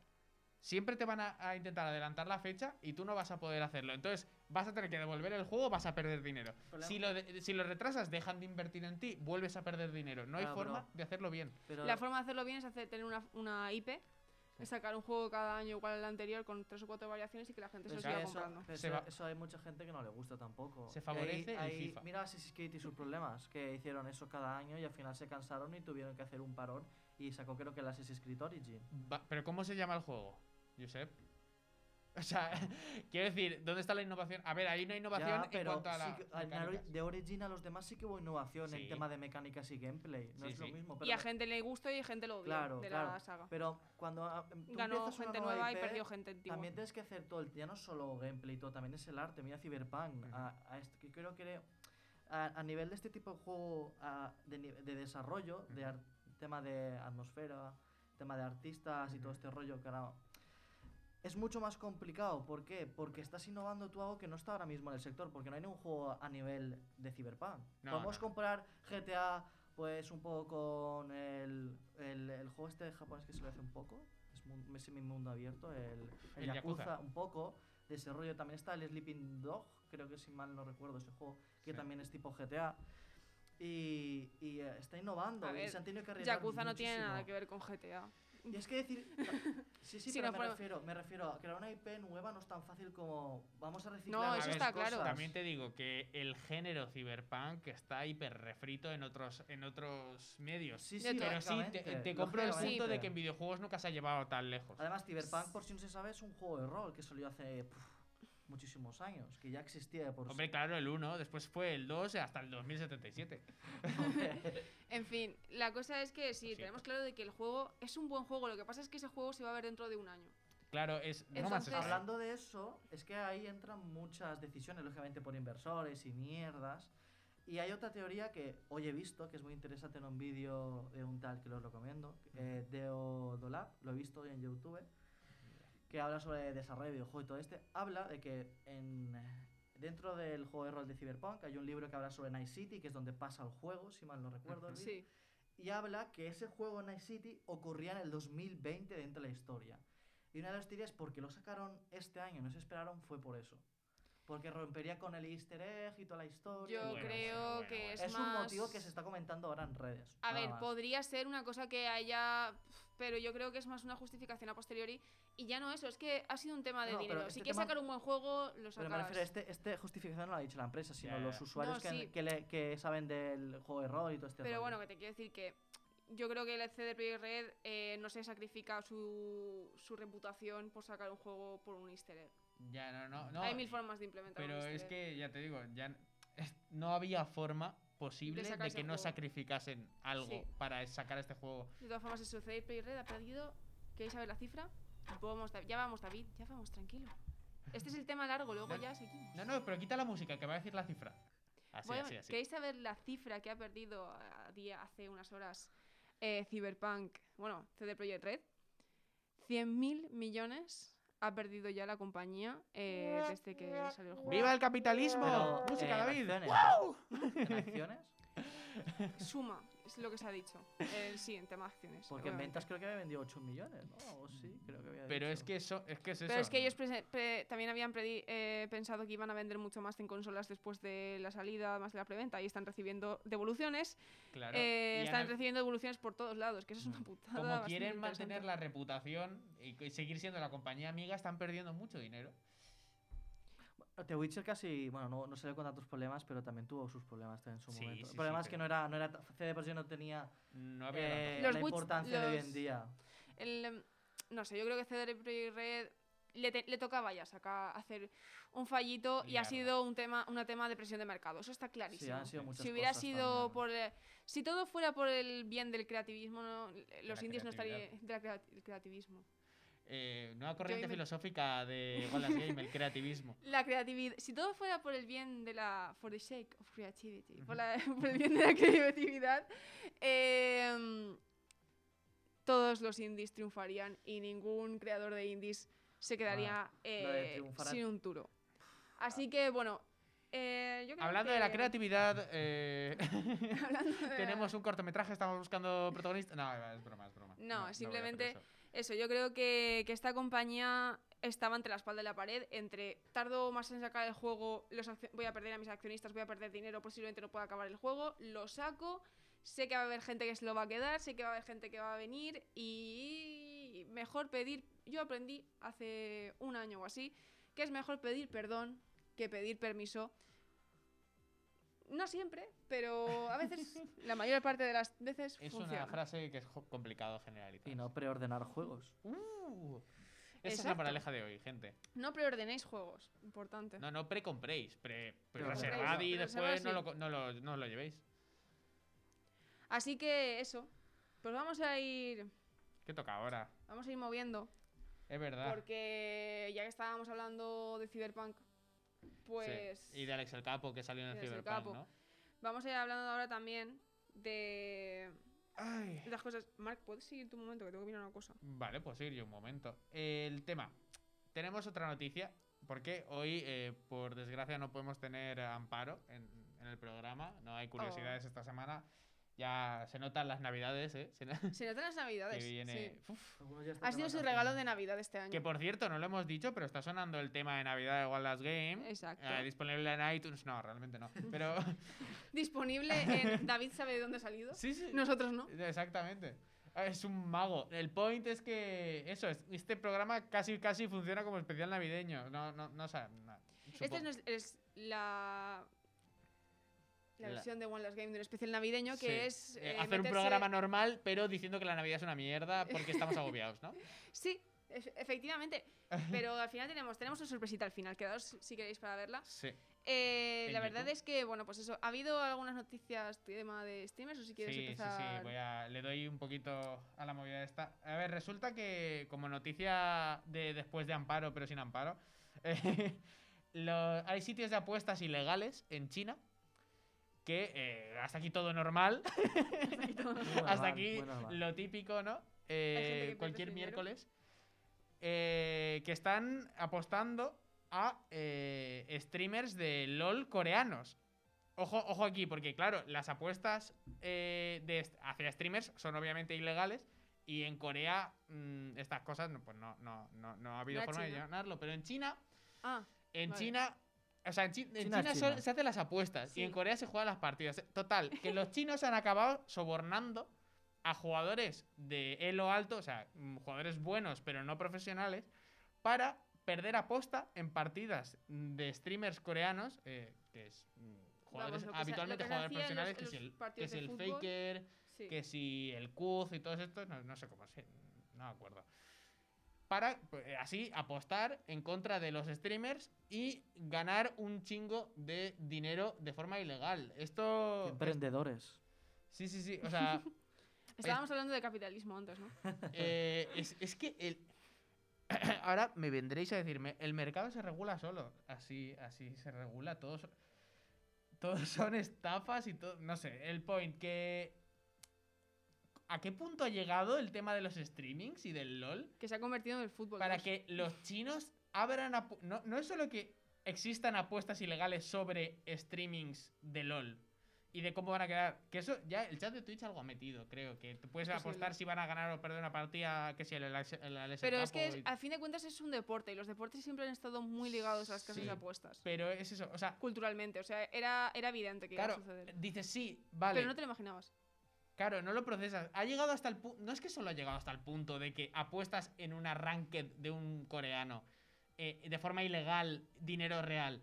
Speaker 2: Siempre te van a, a intentar adelantar la fecha y tú no vas a poder hacerlo. Entonces, vas a tener que devolver el juego, vas a perder dinero.
Speaker 4: Problema-
Speaker 2: Si lo, de- si lo retrasas, dejan de invertir en ti, vuelves a perder dinero. No hay
Speaker 4: Claro,
Speaker 2: forma
Speaker 4: pero-
Speaker 2: de hacerlo bien.
Speaker 4: Pero-
Speaker 1: La forma de hacerlo bien es hacer, tener una, una IP, sacar un juego cada año igual al anterior con tres o cuatro variaciones y que la gente se
Speaker 4: pero
Speaker 1: lo
Speaker 4: es
Speaker 1: siga
Speaker 4: que eso,
Speaker 1: comprando.
Speaker 4: pero
Speaker 2: Se
Speaker 4: eso-
Speaker 2: va-
Speaker 4: eso hay mucha gente que no le gusta tampoco.
Speaker 2: Se
Speaker 4: Y ahí-
Speaker 2: favorece el
Speaker 4: ahí-
Speaker 2: FIFA.
Speaker 4: Mira Assassin's Creed y sus problemas, que hicieron eso cada año y al final se cansaron y tuvieron que hacer un parón y sacó creo que el Assassin's Creed Origin.
Speaker 2: Va- ¿Pero cómo se llama el juego, Josep? O sea, quiero decir, ¿dónde está la innovación? A ver, hay una innovación
Speaker 4: Ya,
Speaker 2: en cuanto a
Speaker 4: sí
Speaker 2: la.
Speaker 4: que- al-
Speaker 2: mecánicas.
Speaker 4: de Origin a los demás sí que hubo innovación
Speaker 2: Sí.
Speaker 4: en tema de mecánicas y gameplay. No
Speaker 2: Sí,
Speaker 4: es lo
Speaker 2: sí.
Speaker 4: mismo. Pero
Speaker 1: Y a gente le gusta y a gente lo odia
Speaker 4: Claro,
Speaker 1: de
Speaker 4: claro.
Speaker 1: la saga.
Speaker 4: Pero cuando ah, em, tú
Speaker 1: Ganó
Speaker 4: empiezas una
Speaker 1: gente nueva y
Speaker 4: IP,
Speaker 1: perdió gente antigua.
Speaker 4: También tienes que hacer todo, el- ya no solo gameplay y todo, también es el arte. Mira Cyberpunk,
Speaker 2: Ujú.
Speaker 4: a, a este- que creo que era- a, a nivel de este tipo de juego a, de, ni- de desarrollo, de
Speaker 2: Ujú.
Speaker 4: ar- tema de atmósfera, tema de artistas y todo
Speaker 2: Ujú.
Speaker 4: este rollo que ahora... Es mucho más complicado, ¿por qué? Porque estás innovando tú algo que no está ahora mismo en el sector, porque no hay ningún juego a nivel de Cyberpunk.
Speaker 2: No,
Speaker 4: Podemos
Speaker 2: no.
Speaker 4: comparar GTA, pues un poco con el, el, el juego este japonés que se lo hace un poco, es un semi mundo abierto, el, el
Speaker 2: El
Speaker 4: Yakuza,
Speaker 2: Yakuza.
Speaker 4: un poco, de ese rollo. También está el Sleeping Dog, creo que si mal no recuerdo ese juego, que
Speaker 2: Sí.
Speaker 4: también es tipo GTA. Y, y, eh, está innovando,
Speaker 1: A
Speaker 4: y
Speaker 1: ver,
Speaker 4: se han tenido que arriesgar
Speaker 1: Yakuza no tiene nada que
Speaker 4: muchísimo.
Speaker 1: ver con GTA.
Speaker 4: Y es que decir. Sí, sí,
Speaker 1: Sí,
Speaker 4: pero
Speaker 1: no
Speaker 4: me,
Speaker 1: fueron-
Speaker 4: refiero, me refiero a crear una IP nueva no es tan fácil como vamos a reciclar.
Speaker 1: No,
Speaker 2: eso
Speaker 4: las
Speaker 2: está
Speaker 1: claro.
Speaker 4: cosas.
Speaker 2: También te digo que el género cyberpunk está hiper refrito en otros, en otros medios.
Speaker 4: Sí,
Speaker 1: Ya
Speaker 4: sí,
Speaker 2: pero sí, te,
Speaker 4: lógicamente,
Speaker 2: te compro el
Speaker 4: lógicamente.
Speaker 2: punto de que en videojuegos nunca se ha llevado tan lejos.
Speaker 4: Además, Cyberpunk, por si no se sabe, es un juego de rol que salió hace puf, muchísimos años, que ya existía de por sí.
Speaker 2: Hombre, claro, el 1, después fue el 2 hasta el 2077.
Speaker 1: En fin, la cosa es que sí,
Speaker 2: siento.
Speaker 1: tenemos claro de que el juego es un buen juego. Lo que pasa es que ese juego se va a ver dentro de un año.
Speaker 2: Claro, es. no
Speaker 1: Entonces-
Speaker 2: Man's Sky.
Speaker 4: Hablando de eso, es que ahí entran muchas decisiones, lógicamente por inversores y mierdas. Y hay otra teoría que hoy he visto, que es muy interesante en un vídeo de un tal que lo recomiendo, eh, Deo Dolab, lo he visto hoy en YouTube, que habla sobre desarrollo de videojuego y todo este. Habla de que en, eh, dentro del juego de rol de Cyberpunk hay un libro que habla sobre Night City, que es donde pasa el juego, si mal no recuerdo. el vídeo.
Speaker 1: Sí.
Speaker 4: y habla que ese juego Night City ocurría en el 2020 dentro de la historia. Y una de las teorías por qué lo sacaron este año, no se esperaron, fue por eso. Porque rompería con el easter egg y toda la historia.
Speaker 1: Yo
Speaker 4: y-
Speaker 2: Bueno,
Speaker 1: creo
Speaker 2: bueno,
Speaker 1: que
Speaker 2: bueno.
Speaker 1: es,
Speaker 4: es un
Speaker 1: más-
Speaker 4: motivo que se está comentando ahora en redes.
Speaker 1: A
Speaker 4: nada
Speaker 1: ver,
Speaker 4: más.
Speaker 1: podría ser una cosa que haya. Pero yo creo que es más una justificación a posteriori. Y ya no eso, es que ha sido un tema de
Speaker 4: No, pero
Speaker 1: dinero.
Speaker 4: este
Speaker 1: si quieres
Speaker 4: tema-
Speaker 1: sacar un buen juego, lo
Speaker 4: Pero me
Speaker 1: sacarás.
Speaker 4: refiero, este, este justificación no la ha dicho la empresa, sino
Speaker 2: Ya, ya,
Speaker 4: los
Speaker 2: ya.
Speaker 4: usuarios
Speaker 1: No,
Speaker 4: que, han-
Speaker 1: sí.
Speaker 4: que, le- que saben del juego de rol y todo este
Speaker 1: Pero
Speaker 4: rollo.
Speaker 1: bueno, que te quiero decir que yo creo que el CD Projekt Red eh, no se sacrifica su, su reputación por sacar un juego por un easter egg.
Speaker 2: Ya, no, no. no
Speaker 1: Hay mil formas de implementar un
Speaker 2: Pero
Speaker 1: easter
Speaker 2: es
Speaker 1: egg.
Speaker 2: que, ya te digo, ya n- es- no había forma posible de,
Speaker 1: sacar ese
Speaker 2: que no
Speaker 1: juego.
Speaker 2: sacrificasen algo
Speaker 1: Sí.
Speaker 2: para sacar este juego.
Speaker 1: De todas formas, eso, CD Projekt Red ha perdido. ¿Queréis saber la cifra? Vamos, Da- ya vamos, David, ya vamos, tranquilo. Este es el tema largo, luego
Speaker 2: No,
Speaker 1: ya seguimos.
Speaker 2: No, no, pero quita la música, que va a decir la cifra. Así,
Speaker 1: Voy a-
Speaker 2: así, así.
Speaker 1: ¿Queréis saber la cifra que ha perdido a día, hace unas horas eh, Cyberpunk? Bueno, CD Projekt Red. 100.000 millones ha perdido ya la compañía eh, desde que salió el juego.
Speaker 2: ¡Viva el capitalismo!
Speaker 4: Pero,
Speaker 2: música,
Speaker 4: eh,
Speaker 2: David.
Speaker 4: acciones, ¿En acciones?
Speaker 1: Suma, es lo que se ha dicho. Eh, sí, en tema de acciones.
Speaker 4: Porque en
Speaker 1: obviamente.
Speaker 4: ventas creo que había vendido 8 millones, ¿no? O sí, creo que había
Speaker 2: Pero es
Speaker 4: dicho.
Speaker 2: que, eso, es que es eso.
Speaker 1: Pero es que ellos prese- pre- también habían predi- eh, pensado que iban a vender mucho más en consolas después de la salida, más de la preventa, y están recibiendo devoluciones.
Speaker 2: Claro,
Speaker 1: eh,
Speaker 2: y
Speaker 1: están
Speaker 2: han-
Speaker 1: recibiendo devoluciones por todos lados, que eso es una
Speaker 2: Mm.
Speaker 1: putada.
Speaker 2: como
Speaker 1: bastante
Speaker 2: quieren
Speaker 1: interesante.
Speaker 2: mantener la reputación y y seguir siendo la compañía amiga, están perdiendo mucho dinero.
Speaker 4: The Witcher casi, bueno, no, no salió con tantos problemas, pero también tuvo sus problemas también en su
Speaker 2: Sí,
Speaker 4: momento.
Speaker 2: sí,
Speaker 4: El problema
Speaker 2: sí,
Speaker 4: es que
Speaker 2: pero-
Speaker 4: no era, no era, ta- CD por sí no tenía
Speaker 2: No había
Speaker 4: eh,
Speaker 2: tanto.
Speaker 1: Los
Speaker 4: la
Speaker 1: Witch-
Speaker 4: importancia de hoy en
Speaker 1: los-
Speaker 4: día.
Speaker 1: El, em, no sé, yo creo que CD Projekt Red le, te- le tocaba ya sacar, hacer un fallito y ha
Speaker 2: Liarla.
Speaker 1: sido un tema, una tema de presión de mercado. Eso está
Speaker 4: Sí,
Speaker 1: clarísimo.
Speaker 4: han sido muchas
Speaker 1: si hubiera
Speaker 4: cosas
Speaker 1: sido
Speaker 4: también.
Speaker 1: por. eh, si todo fuera por el bien del creativismo, no, eh, los
Speaker 2: la
Speaker 1: indies no estarían.
Speaker 2: creatividad.
Speaker 1: de la crea- el creativismo.
Speaker 2: Eh, nueva corriente
Speaker 1: inven-
Speaker 2: filosófica de Golas Game, el creativismo.
Speaker 1: La creatividad. Si todo fuera por el bien de la. For the sake of creativity. Por, la- por el bien de la creatividad. em, todos los indies triunfarían y ningún creador de indies se quedaría
Speaker 4: lo de
Speaker 1: eh,
Speaker 4: triunfar a-
Speaker 1: sin un turo. Así que, bueno. eh, yo creo
Speaker 2: Hablando de la
Speaker 1: que-
Speaker 2: creatividad, eh,
Speaker 1: hablando de la-
Speaker 2: tenemos un cortometraje, estamos buscando protagonistas. No, es broma, es broma.
Speaker 1: Eh. No,
Speaker 2: voy a hacer
Speaker 1: simplemente-
Speaker 2: eso.
Speaker 1: Eso, yo creo que, que esta compañía estaba entre la espalda y la pared, entre tardo más en sacar el juego, los accio- voy a perder a mis accionistas, voy a perder dinero, posiblemente no pueda acabar el juego, lo saco, sé que va a haber gente que se lo va a quedar, sé que va a haber gente que va a venir y mejor pedir, yo aprendí hace un año o así, que es mejor pedir perdón que pedir permiso. No siempre, pero a veces, la mayor parte de las veces
Speaker 2: Es
Speaker 1: funciona.
Speaker 2: una frase que es jo- complicado generalizar.
Speaker 4: Y no preordenar juegos.
Speaker 2: Uh, esa es la
Speaker 1: Exacto.
Speaker 2: paraleja de hoy, gente.
Speaker 1: No preordenéis juegos, importante.
Speaker 2: No, no precompréis, pre, pre-
Speaker 4: Pero-
Speaker 2: reservad y
Speaker 1: Pero
Speaker 2: después no
Speaker 1: reservad,
Speaker 2: lo, co- no, lo, no lo llevéis.
Speaker 1: Así que eso. Pues vamos a ir.
Speaker 2: ¿Qué toca ahora?
Speaker 1: Vamos a ir moviendo.
Speaker 2: Es verdad.
Speaker 1: Porque ya que estábamos hablando de Cyberpunk,
Speaker 2: Sí.
Speaker 1: pues.
Speaker 2: Y de Alex el Capo, que salió en el
Speaker 1: y de Alex el
Speaker 2: Cyberpunk,
Speaker 1: Capo.
Speaker 2: ¿no?
Speaker 1: Vamos a ir hablando ahora también de.
Speaker 2: Ay.
Speaker 1: de las cosas. Mark, ¿puedes seguir tu momento? Que tengo que mirar una cosa.
Speaker 2: Vale, pues ir yo un momento. El tema. Tenemos otra noticia, porque hoy, eh, por desgracia, no podemos tener a amparo en, en el programa. No hay curiosidades
Speaker 1: Oh.
Speaker 2: esta semana. Ya se notan las navidades, ¿eh? Se no-
Speaker 1: Se notan las
Speaker 2: que
Speaker 1: navidades.
Speaker 2: viene...
Speaker 1: sí.
Speaker 2: Uf.
Speaker 4: Algunos ya están
Speaker 1: Ha
Speaker 4: de
Speaker 1: sido su
Speaker 4: vacaciones.
Speaker 1: regalo de Navidad este año.
Speaker 2: Que por cierto, no lo hemos dicho, pero está sonando el tema de Navidad de Wallace Game.
Speaker 1: Exacto.
Speaker 2: Eh, disponible en iTunes. No, realmente no. Pero.
Speaker 1: Disponible en. David sabe de dónde ha salido.
Speaker 2: sí, sí.
Speaker 1: Nosotros no.
Speaker 2: Exactamente. Ah, Es un mago. El point es que eso, es- este programa casi casi funciona como especial navideño. No, no, no, o sea, no,
Speaker 1: Esta
Speaker 2: supo-
Speaker 1: Este es, es la. La
Speaker 2: La-
Speaker 1: versión de One Last Game de un especial navideño
Speaker 2: Sí.
Speaker 1: que es.
Speaker 2: Eh,
Speaker 1: eh,
Speaker 2: hacer un
Speaker 1: meterse-
Speaker 2: programa normal, pero diciendo que la Navidad es una mierda porque estamos agobiados, ¿no?
Speaker 1: Sí, efe- efectivamente. Pero al final tenemos, tenemos una sorpresita al final. Quedaos si queréis para verla.
Speaker 2: Sí.
Speaker 1: Eh,
Speaker 2: En
Speaker 1: la verdad
Speaker 2: YouTube.
Speaker 1: es que, bueno, pues eso. Ha habido algunas noticias tema de streamers o si quieres
Speaker 2: Sí, sí,
Speaker 1: empezar.
Speaker 2: sí, voy a- le doy un poquito a la movida esta. A ver, resulta que como noticia de después de amparo, pero sin amparo, eh, lo- hay sitios de apuestas ilegales en China que eh, hasta aquí todo normal,
Speaker 4: Muy
Speaker 2: hasta
Speaker 4: normal,
Speaker 2: aquí
Speaker 4: muy normal.
Speaker 2: lo típico, ¿no?
Speaker 1: gente que
Speaker 2: Eh,
Speaker 1: pierde
Speaker 2: cualquier
Speaker 1: dinero.
Speaker 2: miércoles. eh, que están apostando a eh, streamers de LOL coreanos. Ojo, ojo aquí, porque claro, las apuestas eh, de est- hacia streamers son obviamente ilegales. Y en Corea mm, estas cosas no, pues no, no, no, no ha habido
Speaker 1: No a
Speaker 2: forma de
Speaker 1: China.
Speaker 2: llenarlo. Pero en China,
Speaker 1: Ah,
Speaker 2: en
Speaker 1: Vale.
Speaker 2: China O sea, en, Chi- en
Speaker 4: China
Speaker 2: China,
Speaker 4: es
Speaker 2: solo
Speaker 4: China.
Speaker 2: se hacen las apuestas
Speaker 1: Sí.
Speaker 2: y en Corea se juegan las partidas. Total, que los chinos han acabado sobornando a jugadores de elo alto, o sea, mm, jugadores buenos pero no profesionales, para perder aposta en partidas de streamers coreanos, eh, que es mm, jugadores,
Speaker 1: lo que se-
Speaker 2: habitualmente
Speaker 1: lo que se
Speaker 2: jugadores
Speaker 1: hacía en los-
Speaker 2: profesionales,
Speaker 1: en
Speaker 2: que si
Speaker 1: los
Speaker 2: el, que
Speaker 1: partidos
Speaker 2: si
Speaker 1: de
Speaker 2: el
Speaker 1: fútbol.
Speaker 2: Faker,
Speaker 1: Sí.
Speaker 2: que si el Kuz y todos estos, no, no sé cómo se, no me acuerdo. Para pues, eh, así apostar en contra de los streamers y ganar un chingo de dinero de forma ilegal. Esto.
Speaker 4: Emprendedores.
Speaker 2: Sí, sí, sí. O sea,
Speaker 1: Estábamos hablando de capitalismo antes, ¿no?
Speaker 2: eh, es, es que el. Ahora me vendréis a decirme, el mercado se regula solo. Así, así se regula. Todos, todos son estafas y todo. No sé, el point que. ¿A qué punto ha llegado el tema de los streamings y del LOL?
Speaker 1: Que se ha convertido en el fútbol.
Speaker 2: Para
Speaker 1: ¿no?
Speaker 2: que los chinos abran. apu- No, no es solo que existan apuestas ilegales sobre streamings de LOL y de cómo van a quedar. Que eso ya el chat de Twitch algo ha metido, creo. Que tú puedes
Speaker 1: Es posible.
Speaker 2: apostar si van a ganar o perder una partida, que si el, el, el- el- el
Speaker 1: Pero es que,
Speaker 2: Chapo
Speaker 1: es-
Speaker 2: y-
Speaker 1: a fin de cuentas, es un deporte y los deportes siempre han estado muy ligados a las casas
Speaker 2: Sí.
Speaker 1: de apuestas.
Speaker 2: Pero es eso, o sea,
Speaker 1: Culturalmente, o sea, era, era evidente que iba
Speaker 2: claro,
Speaker 1: a suceder.
Speaker 2: dices sí, vale.
Speaker 1: Pero no te lo imaginabas.
Speaker 2: Claro, no lo procesas. Ha llegado hasta el punto. No es que solo ha llegado hasta el punto de que apuestas en un arranque de un coreano eh, de forma ilegal, dinero real.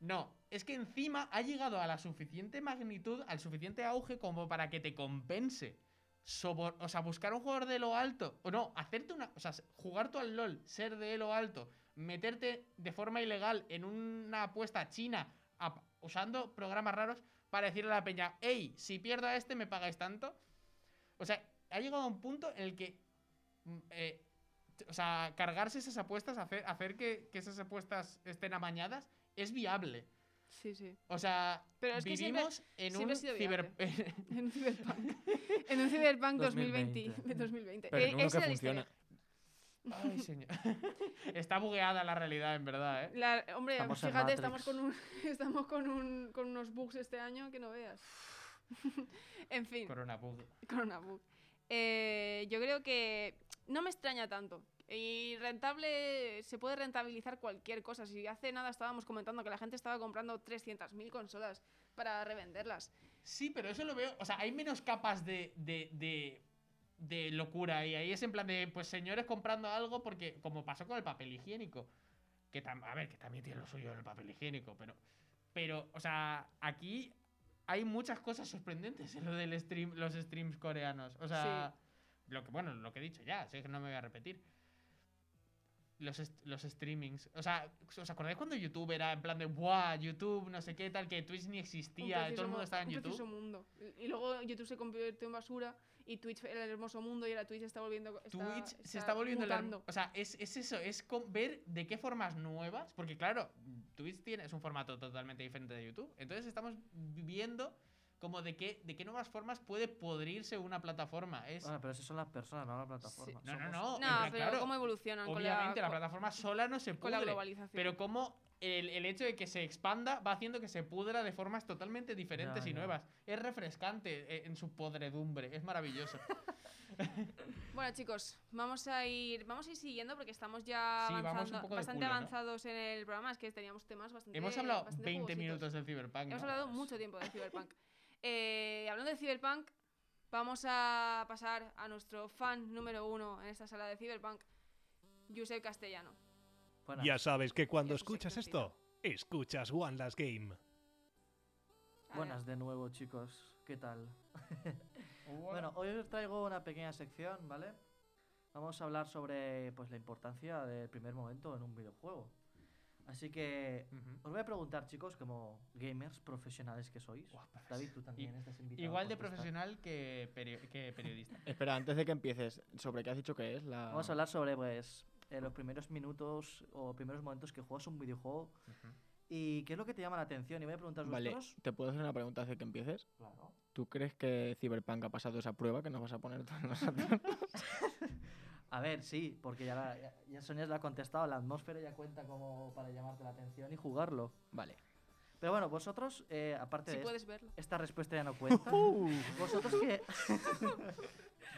Speaker 2: No, es que encima ha llegado a la suficiente magnitud, al suficiente auge como para que te compense. Sobor- o sea, buscar un jugador de lo alto. O no, hacerte una. O sea, jugar tú al LOL, ser de lo alto, meterte de forma ilegal en una apuesta china ap- usando programas raros para decirle a la peña, hey, si pierdo a este me pagáis tanto. O sea, ha llegado a un punto en el que... mm, eh, t- o sea, cargarse esas apuestas, hacer, hacer que, que esas apuestas estén amañadas, es viable.
Speaker 1: Sí, sí.
Speaker 2: O sea,
Speaker 1: Pero es que siempre-
Speaker 2: vivimos en
Speaker 1: siempre ha
Speaker 2: un
Speaker 1: sido
Speaker 2: ciber...
Speaker 1: En un Cyberpunk. en un Cyberpunk 2020.
Speaker 4: 2020.
Speaker 1: de 2020.
Speaker 3: Pero
Speaker 1: Eh,
Speaker 3: en uno
Speaker 1: esa
Speaker 3: que
Speaker 1: es la
Speaker 3: funciona.
Speaker 1: historia.
Speaker 2: Ay, señor. Está bugueada la realidad, en verdad, ¿eh?
Speaker 1: La- hombre,
Speaker 4: Estamos en
Speaker 1: fíjate,
Speaker 4: Matrix.
Speaker 1: estamos, con, un, estamos con, un- con unos bugs este año que no veas. en fin.
Speaker 2: Corona bug.
Speaker 1: Coronabug. Eh, yo creo que no me extraña tanto. Y rentable, se puede rentabilizar cualquier cosa. Si hace nada estábamos comentando que la gente estaba comprando 300.000 consolas para revenderlas.
Speaker 2: Sí, pero eso lo veo. O sea, hay menos capas de. de, de de locura y ahí es en plan de pues señores comprando algo porque como pasó con el papel higiénico que tam- a ver que también tiene lo suyo el papel higiénico pero pero o sea aquí hay muchas cosas sorprendentes en lo del stream los streams coreanos o sea lo que bueno lo que he dicho ya así que no me voy a repetir los, est- los streamings o sea os acordáis cuando YouTube era en plan de buah YouTube no sé qué tal que Twitch ni
Speaker 1: Un
Speaker 2: existía y todo
Speaker 1: preciso
Speaker 2: el mundo
Speaker 1: mu-
Speaker 2: estaba en
Speaker 1: un
Speaker 2: YouTube
Speaker 1: preciso mundo. Y luego YouTube se convirtió en basura y Twitch era el hermoso mundo y ahora Twitch está volviendo. está-
Speaker 2: Twitch se está volviendo la-
Speaker 1: mutando.
Speaker 2: O sea, es, es eso, es con- ver de qué formas nuevas. Porque, claro, Twitch tiene, es un formato totalmente diferente de YouTube. Entonces estamos viendo como de qué, de qué nuevas formas puede podrirse una plataforma. Es,
Speaker 4: Bueno, pero esas son las personas, no la plataforma.
Speaker 2: no, no, no.
Speaker 4: Somos-
Speaker 2: en
Speaker 1: No,
Speaker 2: plan,
Speaker 1: pero
Speaker 2: claro,
Speaker 1: cómo evolucionan con la,
Speaker 2: obviamente la,
Speaker 1: con-
Speaker 2: plataforma sola no se
Speaker 1: con la
Speaker 2: pudre.
Speaker 1: globalización.
Speaker 2: Pero cómo el, el hecho de que se expanda va haciendo que se pudra de formas totalmente diferentes
Speaker 4: Ya,
Speaker 2: y
Speaker 4: ya.
Speaker 2: nuevas. Es refrescante eh, en su podredumbre. Es maravilloso.
Speaker 1: Bueno, chicos, vamos a ir, vamos a ir siguiendo porque estamos ya
Speaker 2: Sí, vamos
Speaker 1: avanzando-
Speaker 2: un poco de
Speaker 1: bastante
Speaker 2: culo, ¿no?
Speaker 1: avanzados en el programa. Es que teníamos temas bastante.
Speaker 2: Hemos hablado
Speaker 1: bastante
Speaker 2: 20
Speaker 1: jugositos.
Speaker 2: minutos del Cyberpunk.
Speaker 1: Hemos
Speaker 2: ¿no?
Speaker 1: hablado mucho tiempo de Cyberpunk. Eh, hablando de Cyberpunk, vamos a pasar a nuestro fan número uno en esta sala de Cyberpunk, Josep Castellano.
Speaker 4: Buenas.
Speaker 5: Ya sabes que cuando
Speaker 1: Yo sí sé
Speaker 5: escuchas
Speaker 1: que os pido.
Speaker 5: esto, escuchas One Last Game.
Speaker 1: A
Speaker 4: Buenas
Speaker 1: ver,
Speaker 4: de nuevo, chicos. ¿Qué tal?
Speaker 2: Hubo-
Speaker 4: Bueno, hoy os traigo una pequeña sección, ¿vale? Vamos a hablar sobre pues, la importancia del primer momento en un videojuego. Así que
Speaker 2: Ujú.
Speaker 4: os voy a preguntar, chicos, como gamers profesionales que sois.
Speaker 2: Buah, profes-
Speaker 4: David, tú también estás invitado. a
Speaker 2: pues, Igual de
Speaker 4: contestar.
Speaker 2: profesional que, perio- que periodista.
Speaker 3: Espera, antes de que empieces, ¿sobre qué has dicho que es? La...
Speaker 4: Vamos a hablar sobre pues, eh, los primeros minutos o primeros momentos que juegas un videojuego y qué es lo que te llama la atención. Y voy a preguntaros
Speaker 3: Vale,
Speaker 4: vosotros.
Speaker 3: ¿te puedo hacer una pregunta antes de que empieces?
Speaker 4: Claro.
Speaker 3: ¿Tú crees que Cyberpunk ha pasado esa prueba que nos vas a poner todos nosotros?
Speaker 4: A ver, sí, porque ya, la, ya, ya Sonia la ha contestado. La atmósfera ya cuenta como para llamarte la atención y jugarlo.
Speaker 3: vale.
Speaker 4: Pero bueno, vosotros, eh, aparte
Speaker 1: si
Speaker 4: de
Speaker 1: puedes verlo.
Speaker 2: Uh.
Speaker 4: esta respuesta ya no cuenta. ¿Vosotros qué,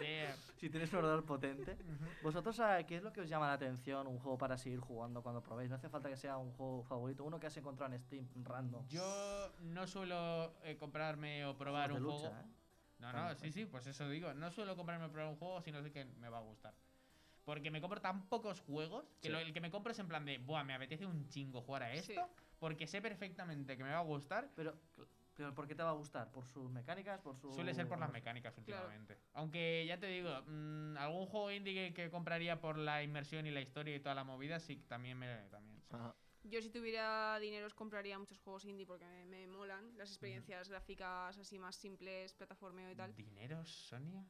Speaker 2: de-
Speaker 4: Si tenéis un ordenador potente. ¿Vosotros ah, qué es lo que os llama la atención un juego para seguir jugando cuando probéis? No hace falta que sea un juego favorito, uno que has encontrado en Steam random.
Speaker 2: Yo no suelo eh, comprarme o probar
Speaker 4: Juegos
Speaker 2: un
Speaker 4: de
Speaker 2: juego.
Speaker 4: lucha, ¿eh?
Speaker 2: No,
Speaker 4: Claro,
Speaker 2: no, sí,
Speaker 4: pues.
Speaker 2: sí, pues eso digo. No suelo comprarme o probar un juego si no sé que me va a gustar. Porque me compro tan pocos juegos que
Speaker 3: Sí.
Speaker 2: lo- el que me compro es en plan de, buah, me apetece un chingo jugar a esto.
Speaker 1: Sí.
Speaker 2: Porque sé perfectamente que me va a gustar.
Speaker 4: Pero, pero ¿por qué te va a gustar? ¿Por sus mecánicas? Por su...
Speaker 2: Suele ser por las mecánicas
Speaker 1: Claro.
Speaker 2: últimamente. Aunque ya te digo, mm, algún juego indie que, que compraría por la inmersión y la historia y toda la movida, sí, también me. También, sí.
Speaker 4: Ah,
Speaker 3: Ajá.
Speaker 1: Yo si tuviera dinero os compraría muchos juegos indie porque me, me molan las experiencias gráficas así más simples, plataformeo y tal.
Speaker 2: ¿Dinero, Sonia?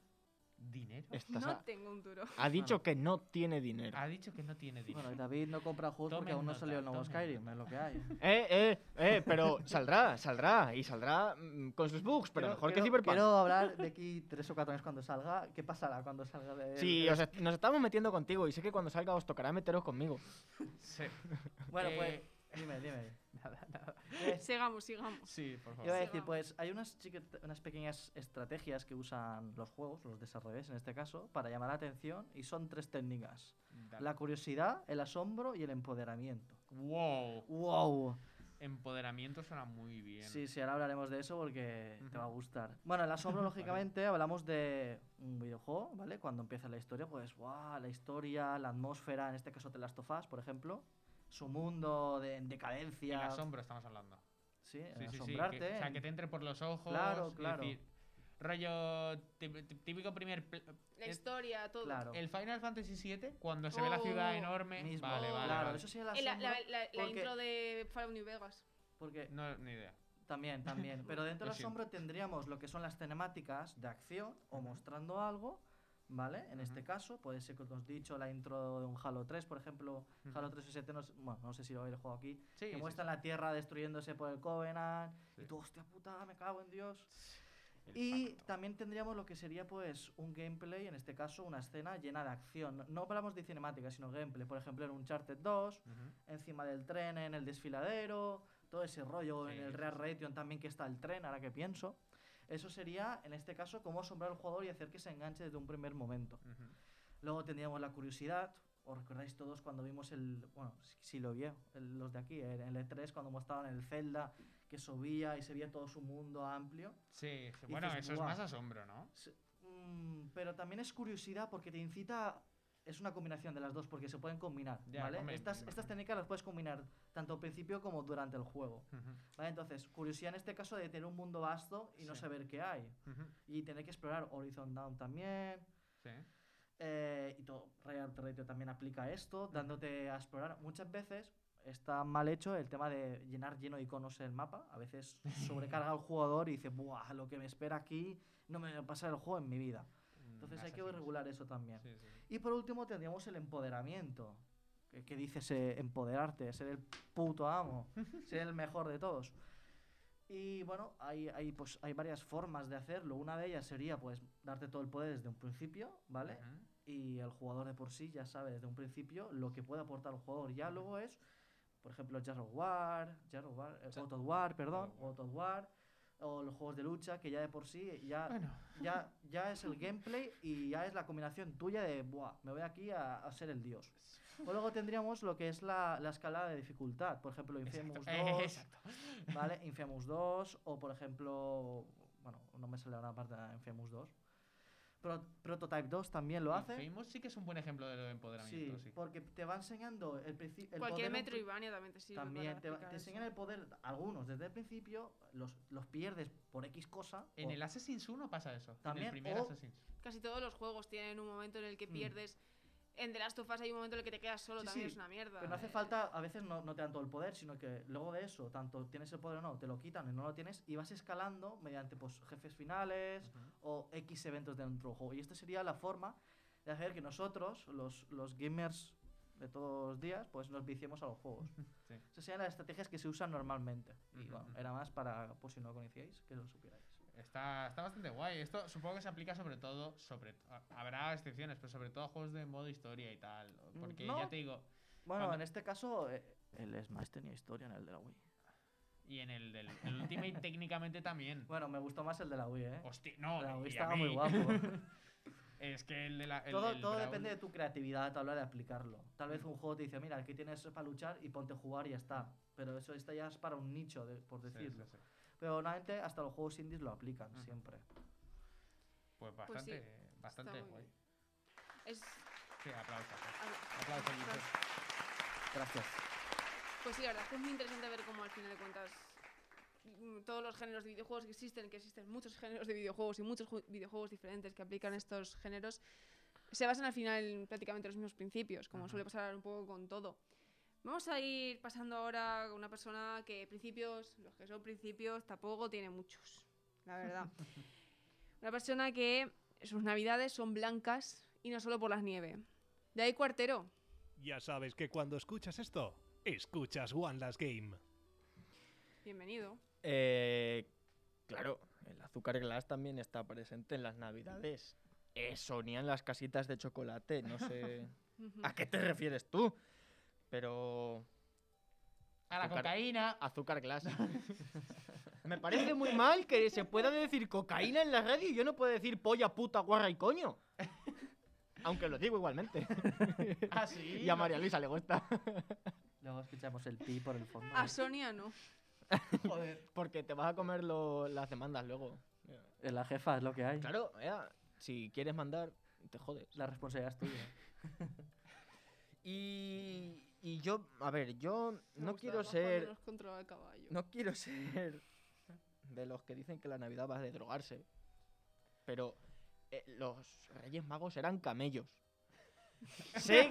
Speaker 2: ¿Dinero?
Speaker 3: Estás
Speaker 1: No
Speaker 3: a-
Speaker 1: tengo un duro.
Speaker 3: Ha
Speaker 4: Ah.
Speaker 3: dicho que no tiene dinero.
Speaker 2: Ha dicho que no tiene dinero.
Speaker 4: Bueno, y David no compra juegos porque
Speaker 2: Tomen
Speaker 4: aún no
Speaker 2: nota,
Speaker 4: salió el nuevo
Speaker 2: tomen
Speaker 4: Skyrim,
Speaker 2: nota.
Speaker 4: es lo que hay.
Speaker 3: Eh, eh, eh, pero saldrá, saldrá. Y saldrá mm, con sus bugs, pero
Speaker 4: Quiero-
Speaker 3: mejor
Speaker 4: quiero-
Speaker 3: que Cyberpunk.
Speaker 4: Quiero hablar de aquí tres o cuatro años cuando salga. ¿Qué pasará cuando salga de
Speaker 3: Sí,
Speaker 4: de-
Speaker 3: os est- nos estamos metiendo contigo y sé que cuando salga os tocará meteros conmigo.
Speaker 2: Sí.
Speaker 4: Bueno, pues.
Speaker 2: Eh,
Speaker 4: Dime, dime. Nada, nada.
Speaker 1: Sigamos, sigamos.
Speaker 2: Sí, por favor.
Speaker 4: Iba a
Speaker 1: Sí,
Speaker 4: decir,
Speaker 1: vamos.
Speaker 4: pues hay unas, chiquet- unas pequeñas estrategias que usan los juegos, los desarrolladores en este caso, para llamar la atención y son tres técnicas.
Speaker 2: Dale.
Speaker 4: La curiosidad, el asombro y el empoderamiento.
Speaker 2: Wow.
Speaker 4: ¡Wow!
Speaker 2: Empoderamiento suena muy bien.
Speaker 4: Sí, sí, ahora hablaremos de eso porque te va a
Speaker 2: Ujú.
Speaker 4: gustar. Bueno, el asombro, lógicamente, hablamos de un videojuego, ¿vale? Cuando empieza la historia, pues, wow, la historia, la atmósfera, en este caso The Last of Us, por ejemplo, su mundo de, en
Speaker 2: El
Speaker 4: decadencia.
Speaker 2: asombro estamos hablando.
Speaker 4: Sí, el
Speaker 2: Sí, sí, sí.
Speaker 4: asombrarte.
Speaker 2: que- o sea,
Speaker 4: en-
Speaker 2: que te entre por los ojos.
Speaker 4: Claro,
Speaker 2: es
Speaker 4: claro.
Speaker 2: decir, rollo tip- típico primer... pl-
Speaker 1: La
Speaker 2: Eh,
Speaker 1: historia, todo.
Speaker 4: Claro.
Speaker 2: El Final Fantasy VII, cuando se ve la
Speaker 1: Oh,
Speaker 2: ciudad enorme...
Speaker 4: mismo.
Speaker 2: Vale, vale,
Speaker 4: claro,
Speaker 2: vale.
Speaker 4: eso sí el asombro.
Speaker 1: Eh, La, la- la- la
Speaker 4: porque-
Speaker 1: intro de Fallout New Vegas.
Speaker 4: Porque
Speaker 2: No, ni idea.
Speaker 4: También, también. Pero dentro
Speaker 2: Lo
Speaker 4: del asombro tendríamos lo que son las cinemáticas de acción o
Speaker 2: Ujú.
Speaker 4: mostrando algo, ¿vale? En este
Speaker 2: Ujú.
Speaker 4: caso, puede ser que os he dicho la intro de un Halo 3, por ejemplo. Halo
Speaker 2: Ujú.
Speaker 4: 3 ST, no, sé- bueno, no sé si lo habéis jugado aquí.
Speaker 2: Sí,
Speaker 4: que
Speaker 2: sí,
Speaker 4: muestran la Tierra destruyéndose por el Covenant. Y
Speaker 2: Sí.
Speaker 4: tú, hostia puta, me cago en Dios.
Speaker 2: sí. El
Speaker 4: Y
Speaker 2: pacto.
Speaker 4: también tendríamos lo que sería, pues, un gameplay, en este caso, una escena llena de acción. No- No hablamos de cinemáticas, sino gameplay. Por ejemplo, en Uncharted 2,
Speaker 2: Ujú.
Speaker 4: encima del tren, en el desfiladero, todo ese rollo, en
Speaker 2: Sí,
Speaker 4: el
Speaker 2: sí,
Speaker 4: Real
Speaker 2: sí.
Speaker 4: Ration también que está el tren, ahora que pienso. Eso sería, en este caso, cómo asombrar al jugador y hacer que se enganche desde un primer momento.
Speaker 2: Ujú.
Speaker 4: Luego tendríamos la curiosidad, os recordáis todos cuando vimos el, bueno, si, si lo vio, el- los de aquí, en el E3, cuando mostraban el Zelda, que subía y se veía todo su mundo amplio.
Speaker 2: Sí, sí. bueno,
Speaker 4: Dices,
Speaker 2: eso es
Speaker 4: "Buah".
Speaker 2: más asombro, ¿no?
Speaker 4: Se- mm, pero también es curiosidad porque te incita. Es una combinación de las dos porque se pueden combinar,
Speaker 2: Ya,
Speaker 4: ¿vale?
Speaker 2: hombre,
Speaker 4: estas,
Speaker 2: me
Speaker 4: estas
Speaker 2: imagino.
Speaker 4: técnicas las puedes combinar tanto al principio como durante el juego.
Speaker 2: Ujú.
Speaker 4: Vale, entonces, curiosidad en este caso de tener un mundo vasto y no
Speaker 2: Sí.
Speaker 4: saber qué hay.
Speaker 2: Ujú.
Speaker 4: Y tener que explorar Horizon Down también.
Speaker 2: Sí.
Speaker 4: eh, y todo, Real Radio también aplica esto, dándote a explorar. Muchas veces está mal hecho el tema de llenar lleno de iconos el mapa. A veces sobrecarga al jugador y dice, ¡buah! Lo que me espera aquí no me va a pasar el juego en mi vida.
Speaker 2: Mm,
Speaker 4: Entonces hay que
Speaker 2: Asesinos.
Speaker 4: regular eso también.
Speaker 2: Sí, sí, sí.
Speaker 4: Y por último tendríamos el empoderamiento. que que dices eh, empoderarte? Ser el puto amo. ser el mejor de todos. Y bueno, hay, hay, pues, hay varias formas de hacerlo. Una de ellas sería pues darte todo el poder desde un principio, ¿vale?
Speaker 2: Ujú.
Speaker 4: Y el jugador de por sí ya sabe desde un principio lo que puede aportar el jugador. Ya luego es, por ejemplo, Jar of War, Jar of War, eh,
Speaker 2: Sí.
Speaker 4: God of War, perdón,
Speaker 2: War.
Speaker 4: God of War, o los juegos de lucha que ya de por sí ya
Speaker 2: Bueno,
Speaker 4: ya, ya es el gameplay y ya es la combinación tuya de, buah, me voy aquí a, a ser el dios. O luego tendríamos lo que es la, la escalada de dificultad, por ejemplo, Infamous
Speaker 2: exacto. Eh,
Speaker 4: 2,
Speaker 2: exacto.
Speaker 4: ¿vale? Infamous 2, o por ejemplo, bueno, no me sale ahora parte de Infamous 2. Pro- Prototype 2 también lo hace.
Speaker 2: Infamous sí que es un buen ejemplo de lo de
Speaker 4: Sí,
Speaker 2: empoderamiento, sí.
Speaker 4: porque te va enseñando el, princi- el
Speaker 1: Cualquier
Speaker 4: poder un pri-
Speaker 1: Metroidvania también te sirve.
Speaker 4: También
Speaker 1: para
Speaker 4: te, va-
Speaker 1: aplicar
Speaker 4: te
Speaker 1: eso.
Speaker 4: enseñan el poder, algunos desde el principio, los, los pierdes por X cosa.
Speaker 2: En
Speaker 4: o-
Speaker 2: el Assassin's 1 pasa eso. en
Speaker 4: También,
Speaker 2: el primer
Speaker 4: o-
Speaker 2: Assassin's.
Speaker 1: Casi todos los juegos tienen un momento en el que
Speaker 4: Hmm.
Speaker 1: pierdes. En The Last of Us hay un momento en el que te quedas solo,
Speaker 4: Sí,
Speaker 1: también
Speaker 4: sí,
Speaker 1: es una mierda.
Speaker 4: Pero no hace
Speaker 1: Eh,
Speaker 4: falta, a veces no, no te dan todo el poder, sino que luego de eso, tanto tienes el poder o no, te lo quitan y no lo tienes, y vas escalando mediante pues, jefes finales
Speaker 2: Ujú.
Speaker 4: o X eventos dentro del juego. Y esta sería la forma de hacer que nosotros, los, los gamers de todos los días, pues nos viciemos a los juegos.
Speaker 2: Sí.
Speaker 4: Esas serían las estrategias que se usan normalmente. Y
Speaker 2: Ujú,
Speaker 4: bueno,
Speaker 2: ujú.
Speaker 4: era más para, por si no lo conocíais, que lo supierais.
Speaker 2: Está, está bastante guay. Esto supongo que se aplica sobre todo, sobre a- habrá excepciones, pero sobre todo a juegos de modo historia y tal.
Speaker 4: Mm,
Speaker 2: Porque
Speaker 4: no.
Speaker 2: ya te digo,
Speaker 4: Bueno,
Speaker 2: Cuando-
Speaker 4: en este caso, eh, el Smash tenía historia en el de la Wii.
Speaker 2: y en el, del, el Ultimate técnicamente también.
Speaker 4: Bueno, me gustó más el de la Wii, ¿eh?
Speaker 2: Hostia, no,
Speaker 4: La Wii
Speaker 2: y a
Speaker 4: estaba
Speaker 2: mí.
Speaker 4: muy guapo.
Speaker 2: Es que el de la. el-
Speaker 4: todo
Speaker 2: el
Speaker 4: todo
Speaker 2: Brawl-
Speaker 4: depende de tu creatividad a la hora de aplicarlo. Tal
Speaker 3: Mm.
Speaker 4: vez un juego te dice, mira, aquí tienes eso para luchar y ponte a jugar y ya está. Pero eso está ya es para un nicho, de- por
Speaker 2: Sí, sí,
Speaker 4: decirlo.
Speaker 2: sí.
Speaker 4: Pero normalmente hasta los juegos indies lo aplican
Speaker 3: Mm.
Speaker 2: Ujú.
Speaker 4: siempre.
Speaker 2: Pues
Speaker 1: sí,
Speaker 2: bastante, bastante
Speaker 1: está muy
Speaker 2: guay.
Speaker 1: bien. Es...
Speaker 2: Sí, aplausos.
Speaker 1: a-
Speaker 2: Aplausos, Josep.
Speaker 4: Gracias.
Speaker 1: Pues sí, la verdad es que es muy interesante ver cómo al final de cuentas mm, todos los géneros de videojuegos que existen, que existen muchos géneros de videojuegos y muchos ju- videojuegos diferentes que aplican estos géneros, se basan al final en prácticamente los mismos principios, como
Speaker 2: Ajá.
Speaker 1: suele pasar un poco con todo. Vamos a ir pasando ahora a una persona que principios, los que son principios, tampoco tiene muchos, la verdad. una persona que sus navidades son blancas y no solo por las nieve. De ahí cuartero.
Speaker 5: Ya sabes que cuando escuchas esto, escuchas One Last Game.
Speaker 1: Bienvenido.
Speaker 3: Eh, claro, el azúcar glass también está presente en las navidades. Eh, sonían las casitas de chocolate, no sé
Speaker 1: Ujú.
Speaker 3: a qué te refieres tú, pero
Speaker 2: A
Speaker 4: Pues
Speaker 2: la
Speaker 3: Azúcar.
Speaker 2: cocaína.
Speaker 3: azúcar glass. Me parece muy mal que se pueda decir cocaína en la radio y yo no puedo decir polla, puta, guarra y coño. Aunque lo digo igualmente.
Speaker 2: Ah, sí.
Speaker 3: Y a María Luisa le gusta.
Speaker 4: Luego escuchamos el pi por el fondo.
Speaker 3: Ah,
Speaker 1: A Sonia no.
Speaker 2: Joder.
Speaker 3: Porque te vas a comer lo- las demandas luego.
Speaker 4: La jefa es lo que hay.
Speaker 3: Claro, ea, si quieres mandar, te jodes.
Speaker 4: La responsabilidad es tuya.
Speaker 3: Y, y yo, a ver, yo
Speaker 1: Me
Speaker 3: no
Speaker 1: gustaba
Speaker 3: quiero
Speaker 1: más cuando
Speaker 3: ser.
Speaker 1: nos controlaba el caballo.
Speaker 3: No quiero ser de los que dicen que la Navidad va de drogarse. Pero eh, los Reyes Magos eran camellos. sé,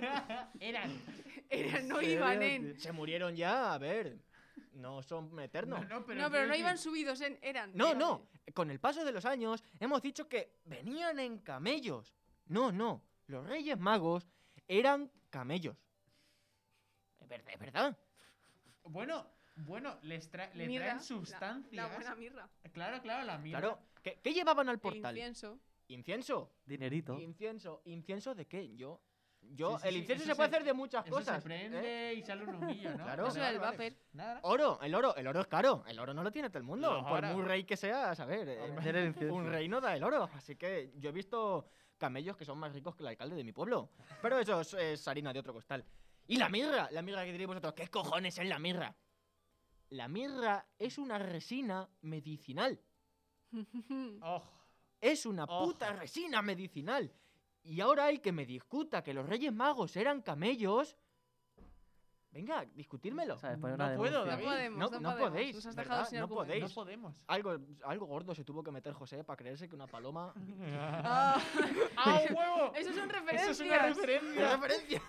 Speaker 2: Eran.
Speaker 1: Era- no
Speaker 4: serio,
Speaker 1: iban
Speaker 4: tío?
Speaker 1: en.
Speaker 3: se murieron ya, a ver. No son eternos. No,
Speaker 2: no, pero,
Speaker 1: no, pero
Speaker 2: quiero
Speaker 1: no iban
Speaker 2: decir-
Speaker 1: subidos, en, eran.
Speaker 3: no.
Speaker 1: eran.
Speaker 3: Con el paso de los años hemos dicho que venían en camellos. No, no. Los Reyes Magos eran camellos. Es verdad, es verdad.
Speaker 2: Bueno, bueno, les, tra- le
Speaker 1: Mirra,
Speaker 2: traen
Speaker 1: la-
Speaker 2: sustancias.
Speaker 1: La, buena mirra.
Speaker 2: Claro, claro, la mierda.
Speaker 3: Claro. ¿Qué, qué llevaban al
Speaker 1: El
Speaker 3: portal?
Speaker 1: incienso.
Speaker 3: Incienso.
Speaker 4: Dinerito.
Speaker 3: Incienso. ¿Incienso de qué? Yo. Yo.
Speaker 2: Sí, sí,
Speaker 3: el
Speaker 2: sí,
Speaker 3: incienso
Speaker 2: eso
Speaker 3: se puede
Speaker 2: se-
Speaker 3: hacer de muchas
Speaker 2: Eso
Speaker 3: cosas.
Speaker 2: se
Speaker 3: ¿eh?
Speaker 2: prende y sale un humillo, ¿no?
Speaker 3: Claro. Oh,
Speaker 1: Eso era el
Speaker 2: vale.
Speaker 1: vapor.
Speaker 2: Nada.
Speaker 3: Oro, el oro, el oro es caro. El oro no lo tiene todo el mundo.
Speaker 2: No,
Speaker 3: por
Speaker 2: ahora-
Speaker 3: muy rey que sea, a saber. eh,
Speaker 4: Hombre, era el incienso.
Speaker 3: un rey no da el oro. Así que yo he visto camellos que son más ricos que el alcalde de mi pueblo. Pero eso es, es harina de otro costal. Y la mirra, la mirra que diréis vosotros, ¿qué cojones es la mirra? La mirra es una resina medicinal.
Speaker 2: Ojo.
Speaker 3: Es una
Speaker 2: Ojo.
Speaker 3: puta resina medicinal. Y ahora el que me discuta que los Reyes Magos eran camellos. Venga, discutírmelo.
Speaker 4: ¿Sabes? Poner
Speaker 2: No
Speaker 4: una
Speaker 2: puedo,
Speaker 1: no
Speaker 4: denuncia.
Speaker 2: David,
Speaker 1: podemos.
Speaker 3: no-
Speaker 1: No,
Speaker 3: no
Speaker 1: podemos.
Speaker 3: podéis,
Speaker 1: Nos has
Speaker 3: ¿verdad?
Speaker 1: dejado sin
Speaker 3: No
Speaker 1: argumentos.
Speaker 3: podéis.
Speaker 2: No podemos.
Speaker 3: Algo, algo gordo se tuvo que meter José para creerse que una paloma.
Speaker 1: Ah,
Speaker 2: ¡Ah, huevo!
Speaker 1: eso son
Speaker 2: Eso
Speaker 1: referencias.
Speaker 2: es una referencia.
Speaker 3: referencia!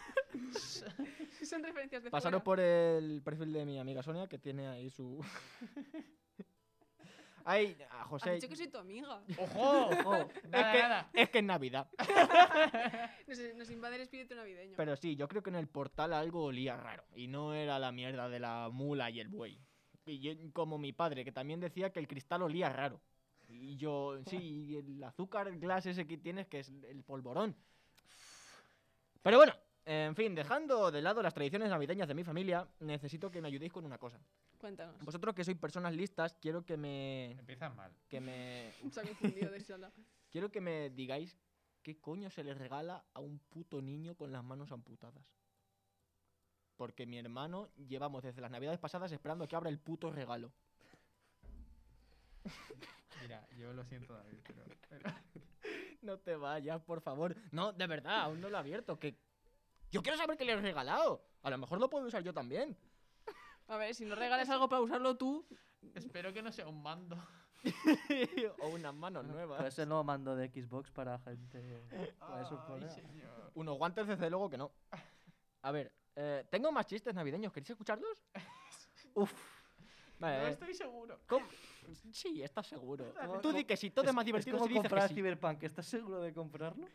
Speaker 1: Son referencias de
Speaker 3: Pasaros
Speaker 1: fuera.
Speaker 3: por el perfil de mi amiga Sonia, que tiene ahí su. Ay, a
Speaker 1: Has
Speaker 3: José.
Speaker 1: dicho que soy tu amiga.
Speaker 2: ¡Ojo!
Speaker 4: Ojo,
Speaker 2: Nada,
Speaker 3: que-
Speaker 2: nada.
Speaker 3: Es que es Navidad.
Speaker 1: Nos, nos invade el espíritu navideño.
Speaker 3: Pero sí, yo creo que en el portal algo olía raro. Y no era la mierda de la mula y el buey. Y yo- como mi padre, que también decía que el cristal olía raro. Y yo, sí, y el azúcar glass ese que tienes, que es el polvorón. Pero bueno, en fin, dejando de lado las tradiciones navideñas de mi familia, necesito que me ayudéis con una cosa.
Speaker 1: Cuéntanos.
Speaker 3: Vosotros que sois personas listas, quiero que me.
Speaker 2: Empiezas mal.
Speaker 3: que me.
Speaker 1: Se ha confundido de sala.
Speaker 3: quiero que me digáis qué coño se le regala a un puto niño con las manos amputadas. Porque mi hermano llevamos desde las navidades pasadas esperando que abra el puto regalo.
Speaker 2: Mira, yo lo siento, David, pero...
Speaker 3: No te vayas, por favor. No, de verdad, aún no lo he abierto. Que... Yo quiero saber qué le he regalado. A lo mejor lo puedo usar yo también.
Speaker 1: A ver, si no regalas algo para usarlo tú,
Speaker 2: Espero que no sea un mando.
Speaker 3: o unas manos
Speaker 4: Pero
Speaker 3: nuevas.
Speaker 4: es el nuevo mando de Xbox para gente.
Speaker 3: Ah,
Speaker 4: para esos
Speaker 2: Ay,
Speaker 4: problemas.
Speaker 2: señor.
Speaker 3: Unos guantes, desde luego que no. A ver, eh, tengo más chistes navideños. ¿Queréis escucharlos? Uf. Vale,
Speaker 2: No
Speaker 3: eh,
Speaker 2: estoy seguro.
Speaker 3: ¿cómo? Sí, estás seguro.
Speaker 4: Como-
Speaker 3: Tú di
Speaker 4: como-
Speaker 3: que sí, todo es más divertido
Speaker 4: es como
Speaker 3: si dices que
Speaker 4: comprar
Speaker 3: sí.
Speaker 4: Cyberpunk. ¿Estás seguro de comprarlo?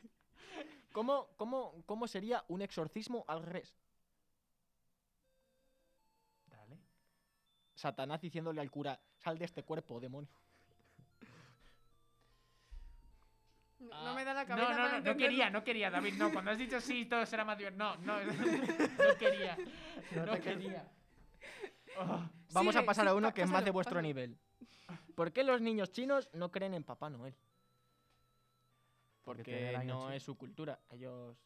Speaker 3: ¿Cómo, cómo, cómo sería un exorcismo al revés?
Speaker 2: Dale.
Speaker 3: Satanás diciéndole al cura, sal de este cuerpo, demonio.
Speaker 1: no,
Speaker 2: Ah,
Speaker 1: no me da la
Speaker 2: no, No,
Speaker 1: cabeza. para
Speaker 2: no, no
Speaker 1: entenderlo.
Speaker 2: quería, no quería, David, no. Cuando has dicho sí, todo será más divertido. No, no, no quería. No,
Speaker 4: te creas.
Speaker 2: quería. Oh,
Speaker 3: Vamos a
Speaker 1: Sigue,
Speaker 3: pasar
Speaker 1: sí,
Speaker 3: a uno
Speaker 1: pa-
Speaker 3: que es más de
Speaker 1: pásalo,
Speaker 3: vuestro
Speaker 1: pásalo.
Speaker 3: nivel. ¿Por qué los niños chinos no creen en Papá Noel? porque
Speaker 4: celebran el año
Speaker 3: no
Speaker 4: chino.
Speaker 3: es su cultura. Ellos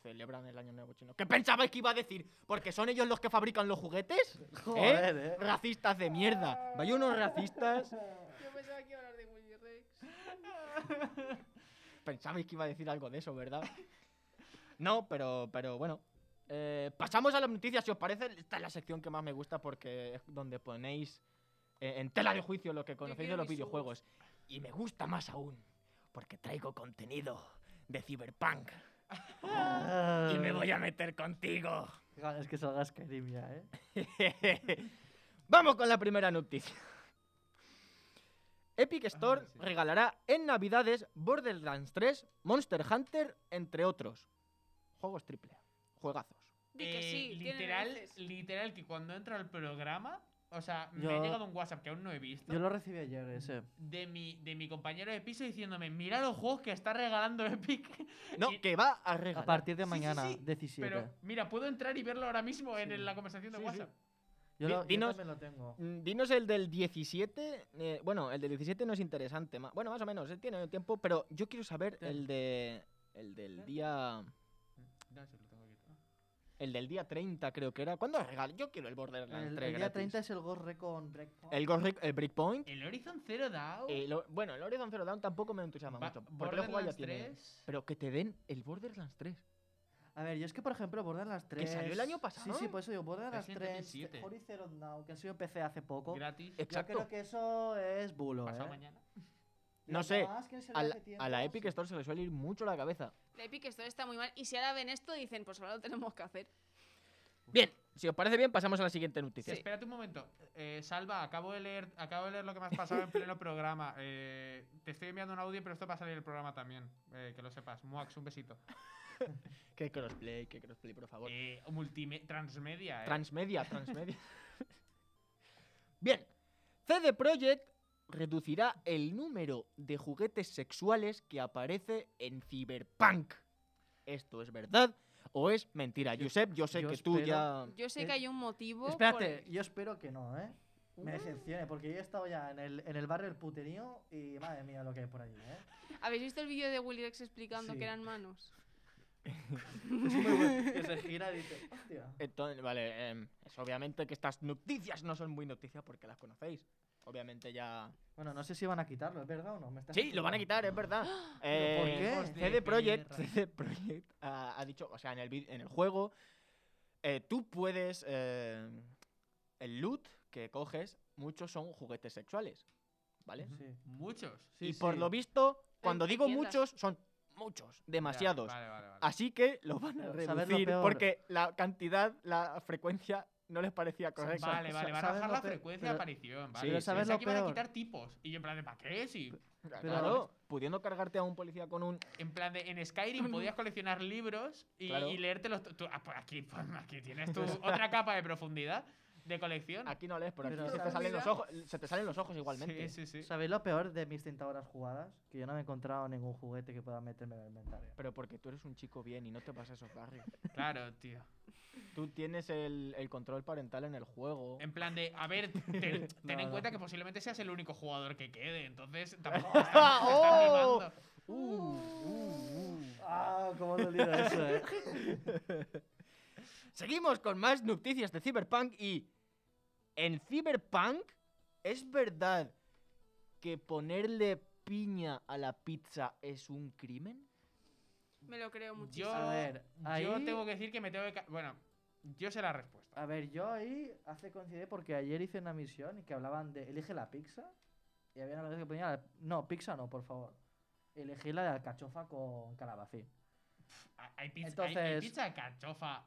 Speaker 3: celebran el Año Nuevo Chino. ¿Qué pensabais que iba a decir? ¿Porque son ellos los que fabrican los juguetes?
Speaker 4: Joder, eh.
Speaker 3: ¡Racistas de mierda! Vaya unos racistas.
Speaker 1: Yo pensaba que iba a hablar de Willy Rex.
Speaker 3: Pensabais que iba a decir algo de eso, ¿verdad? No, pero, pero bueno. Eh, pasamos a las noticias, si os parece. Esta es la sección que más me gusta porque es donde ponéis eh, en tela de juicio lo que conocéis de
Speaker 1: quiero
Speaker 3: los
Speaker 1: mis
Speaker 3: videojuegos. Y me gusta más aún porque traigo contenido de Cyberpunk. Y
Speaker 4: Ah.
Speaker 3: me voy a meter contigo.
Speaker 4: Joder, Es que salga Skyrim ya, ¿eh?
Speaker 3: Vamos con la primera noticia. Epic Store
Speaker 4: Ah,
Speaker 2: sí.
Speaker 3: regalará en Navidades Borderlands 3, Monster Hunter, entre otros. Juegos triple. A, Juegazos.
Speaker 1: Di que
Speaker 2: Eh,
Speaker 1: sí, tienen
Speaker 2: literal,
Speaker 1: enlaces.
Speaker 2: literal, que cuando entro al programa, o sea, me
Speaker 4: Yo-
Speaker 2: ha llegado un WhatsApp que aún no he visto.
Speaker 4: Yo lo recibí ayer, ese.
Speaker 2: de mi, de mi compañero de piso diciéndome, mira los juegos que está regalando Epic.
Speaker 3: No,
Speaker 2: Y-
Speaker 3: que va a
Speaker 4: A
Speaker 3: regalar.
Speaker 4: partir de
Speaker 2: Sí, sí,
Speaker 4: mañana,
Speaker 2: sí,
Speaker 4: 17.
Speaker 2: Pero mira, puedo entrar y verlo ahora mismo en
Speaker 4: Sí.
Speaker 2: el- la conversación de
Speaker 3: Sí, sí.
Speaker 2: WhatsApp.
Speaker 4: yo,
Speaker 3: di-
Speaker 4: lo, yo
Speaker 3: dinos-
Speaker 4: también lo tengo.
Speaker 3: Mm, Dinos el del 17. eh, bueno, el del 17 no es interesante. ma- Bueno, más o menos, eh, tiene tiempo, pero yo quiero saber
Speaker 4: Ten.
Speaker 3: el de. El del día.
Speaker 2: No, si Mm, lo tengo aquí, ¿no?
Speaker 3: El del día 30, creo que era. ¿Cuándo regalo? Yo quiero el Borderlands
Speaker 4: El,
Speaker 3: 3.
Speaker 4: el día
Speaker 3: gratis.
Speaker 4: 30 es el Ghost Recon Breakpoint.
Speaker 3: El, Ghost Rec- el Breakpoint.
Speaker 2: El Horizon Zero Dawn.
Speaker 3: Eh, lo- bueno, el Horizon Zero Dawn tampoco me entusiasma
Speaker 2: Ba-
Speaker 3: mucho. Porque lo he jugado ya
Speaker 2: Borderlands
Speaker 3: tiene-
Speaker 2: 3.
Speaker 3: Pero que te den el Borderlands 3.
Speaker 4: A ver, yo es que, por ejemplo, Borderlands 3...
Speaker 3: Que salió el año pasado.
Speaker 4: Sí, sí, por eso digo, Borderlands 3,
Speaker 2: 2017.
Speaker 4: Horizon Zero Now, que ha sido PC hace poco.
Speaker 2: Gratis.
Speaker 3: Eh, Exacto.
Speaker 4: Yo creo que eso es bulo,
Speaker 2: Pasado
Speaker 4: ¿eh?
Speaker 2: mañana.
Speaker 3: No
Speaker 4: Los
Speaker 3: sé,
Speaker 4: demás que salió
Speaker 3: A la,
Speaker 4: hace tiempo,
Speaker 3: a la Epic
Speaker 4: sí.
Speaker 3: Store se le suele ir mucho la cabeza.
Speaker 1: La Epic Store está muy mal. Y si ahora ven esto, dicen, pues ahora lo tenemos que hacer.
Speaker 3: Bien, si os parece bien, pasamos a la siguiente noticia.
Speaker 2: Sí, Espérate un momento. Eh, Salva, acabo de leer acabo de leer lo que me has pasado en pleno programa. Eh, te estoy enviando un audio, pero esto va a salir en el programa también. Eh, que lo sepas. Muax, un besito.
Speaker 3: Que crossplay, que crossplay, por favor.
Speaker 2: Eh, multime- transmedia. eh.
Speaker 3: Transmedia, transmedia. bien, CD Projekt reducirá el número de juguetes sexuales que aparece en Cyberpunk. ¿Esto es verdad o es mentira? Josep, yo sé
Speaker 4: yo
Speaker 3: que tú
Speaker 4: espero-
Speaker 3: ya...
Speaker 1: Yo sé
Speaker 4: Eh,
Speaker 1: que hay un motivo.
Speaker 4: Espérate,
Speaker 1: por-
Speaker 4: yo espero que no, ¿eh? Me decepcione, porque yo he estado ya en el, en el barrio del puterío y madre mía lo que hay por allí, ¿eh?
Speaker 1: ¿Habéis visto el vídeo de Willy Rex explicando
Speaker 4: Sí.
Speaker 1: que eran manos?
Speaker 4: Es muy bueno. Que se gira y dice, hostia.
Speaker 3: Entonces, vale, em, es obviamente que estas noticias no son muy noticias porque las conocéis. Obviamente ya.
Speaker 4: Bueno, no sé si van a quitarlo, ¿es verdad o no? Me estás
Speaker 3: Sí, lo van a quitar, es verdad. Eh,
Speaker 4: ¿Por
Speaker 2: Hijos de
Speaker 3: CD Projekt,
Speaker 2: perra.
Speaker 3: CD Projekt ha, ha dicho, o sea, en el, vid- en el juego, eh, tú puedes. eh, el loot que coges, muchos son juguetes sexuales. ¿Vale?
Speaker 4: Sí.
Speaker 2: Muchos.
Speaker 3: y por lo visto, cuando
Speaker 1: en
Speaker 3: digo
Speaker 1: tiendas.
Speaker 3: muchos, son muchos, demasiados.
Speaker 2: Ya, vale, vale, vale.
Speaker 3: Así que lo van a
Speaker 4: Pero, ¿sabes lo
Speaker 3: reducir
Speaker 4: peor?
Speaker 3: porque la cantidad, la frecuencia no les parecía correcta.
Speaker 2: Vale, vale, va a
Speaker 4: ¿Sabes
Speaker 2: bajar
Speaker 4: lo
Speaker 2: la
Speaker 4: peor?
Speaker 2: frecuencia de
Speaker 4: Pero-
Speaker 2: aparición. Vale.
Speaker 3: pero
Speaker 2: Pensé
Speaker 4: ¿sabes lo
Speaker 2: que iban a
Speaker 4: peor?
Speaker 2: quitar tipos. Y yo en plan de, ¿para qué? Si
Speaker 4: Pero-
Speaker 3: claro, pudiendo cargarte a un policía con un.
Speaker 2: en plan de, en Skyrim podías coleccionar libros y,
Speaker 3: Claro.
Speaker 2: y leértelos. tú- tú- ah, pues aquí, pues aquí tienes tu otra capa de profundidad de colección.
Speaker 3: Aquí no lees, pero aquí
Speaker 4: Pero
Speaker 3: se te,
Speaker 4: ¿sabes?
Speaker 3: salen los ojos, se te salen los ojos igualmente.
Speaker 2: Sí, sí, sí.
Speaker 4: ¿Sabéis lo peor de mis tentadoras jugadas? Que yo no me he encontrado ningún juguete que pueda meterme en el inventario.
Speaker 3: Pero porque tú eres un chico bien y no te vas a esos barrios.
Speaker 2: Claro, tío.
Speaker 3: Tú tienes el, el control parental en el juego.
Speaker 2: En plan de, a ver, ten, ten
Speaker 4: No,
Speaker 2: en
Speaker 4: no.
Speaker 2: cuenta que posiblemente seas el único jugador que quede. Entonces, tampoco te están, te están
Speaker 3: ¡Oh!
Speaker 2: mimando.
Speaker 3: Uh, uh, uh.
Speaker 4: ¡Ah! ¿Cómo dolido eso, eh?
Speaker 3: Seguimos con más noticias de Cyberpunk y. En Cyberpunk, ¿es verdad que ponerle piña a la pizza es un crimen?
Speaker 1: Me lo creo muchísimo.
Speaker 2: Yo,
Speaker 4: A ver,
Speaker 2: yo
Speaker 4: ahí-
Speaker 2: tengo que decir que me tengo que. ca- Bueno, yo sé la respuesta.
Speaker 4: A ver, yo ahí hace coincidir porque ayer hice una misión y que hablaban de elige la pizza y había una vez que ponía la- no, pizza no, por favor. Elegí la de alcachofa con calabacín.
Speaker 3: Eh,
Speaker 2: Ah, Hay pizza, hay- hay
Speaker 4: Entonces-
Speaker 2: pizza de cachofa.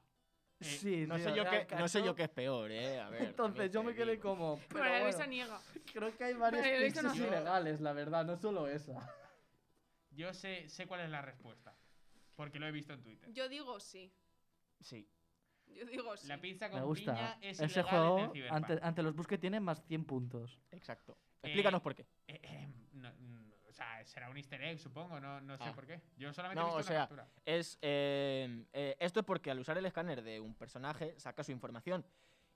Speaker 2: Eh,
Speaker 3: No sé,
Speaker 4: tío,
Speaker 3: yo
Speaker 4: la
Speaker 3: qué, no sé
Speaker 4: alcachofa-
Speaker 3: yo qué es peor, ¿eh? A ver.
Speaker 4: Entonces
Speaker 3: también
Speaker 4: yo
Speaker 3: te
Speaker 4: me quedé
Speaker 3: digo.
Speaker 4: como.
Speaker 1: Pero
Speaker 4: Pero
Speaker 1: la Luisa
Speaker 4: bueno,
Speaker 1: niega.
Speaker 4: creo que hay varias
Speaker 1: Pero eso no-
Speaker 4: pizzas ilegales, la verdad, no solo esa.
Speaker 2: Yo sé, sé cuál es la respuesta. Porque lo he visto en Twitter.
Speaker 1: Yo digo sí.
Speaker 3: Sí.
Speaker 1: Yo digo sí.
Speaker 2: La pizza con
Speaker 4: Me gusta.
Speaker 2: piña es
Speaker 4: Ese
Speaker 2: ilegal en el
Speaker 4: juego,
Speaker 2: Cyberpunk.
Speaker 4: ante, ante los busques tienen más 100 puntos.
Speaker 3: Exacto. Explícanos
Speaker 2: Eh,
Speaker 3: por qué.
Speaker 2: Eh, eh, no, mm, o sea, será un easter egg, supongo, no, no sé
Speaker 3: Ah.
Speaker 2: por qué. Yo solamente
Speaker 3: No,
Speaker 2: he
Speaker 3: o
Speaker 2: visto
Speaker 3: sea,
Speaker 2: una captura.
Speaker 3: Es, eh, eh, esto es porque al usar el escáner de un personaje saca su información.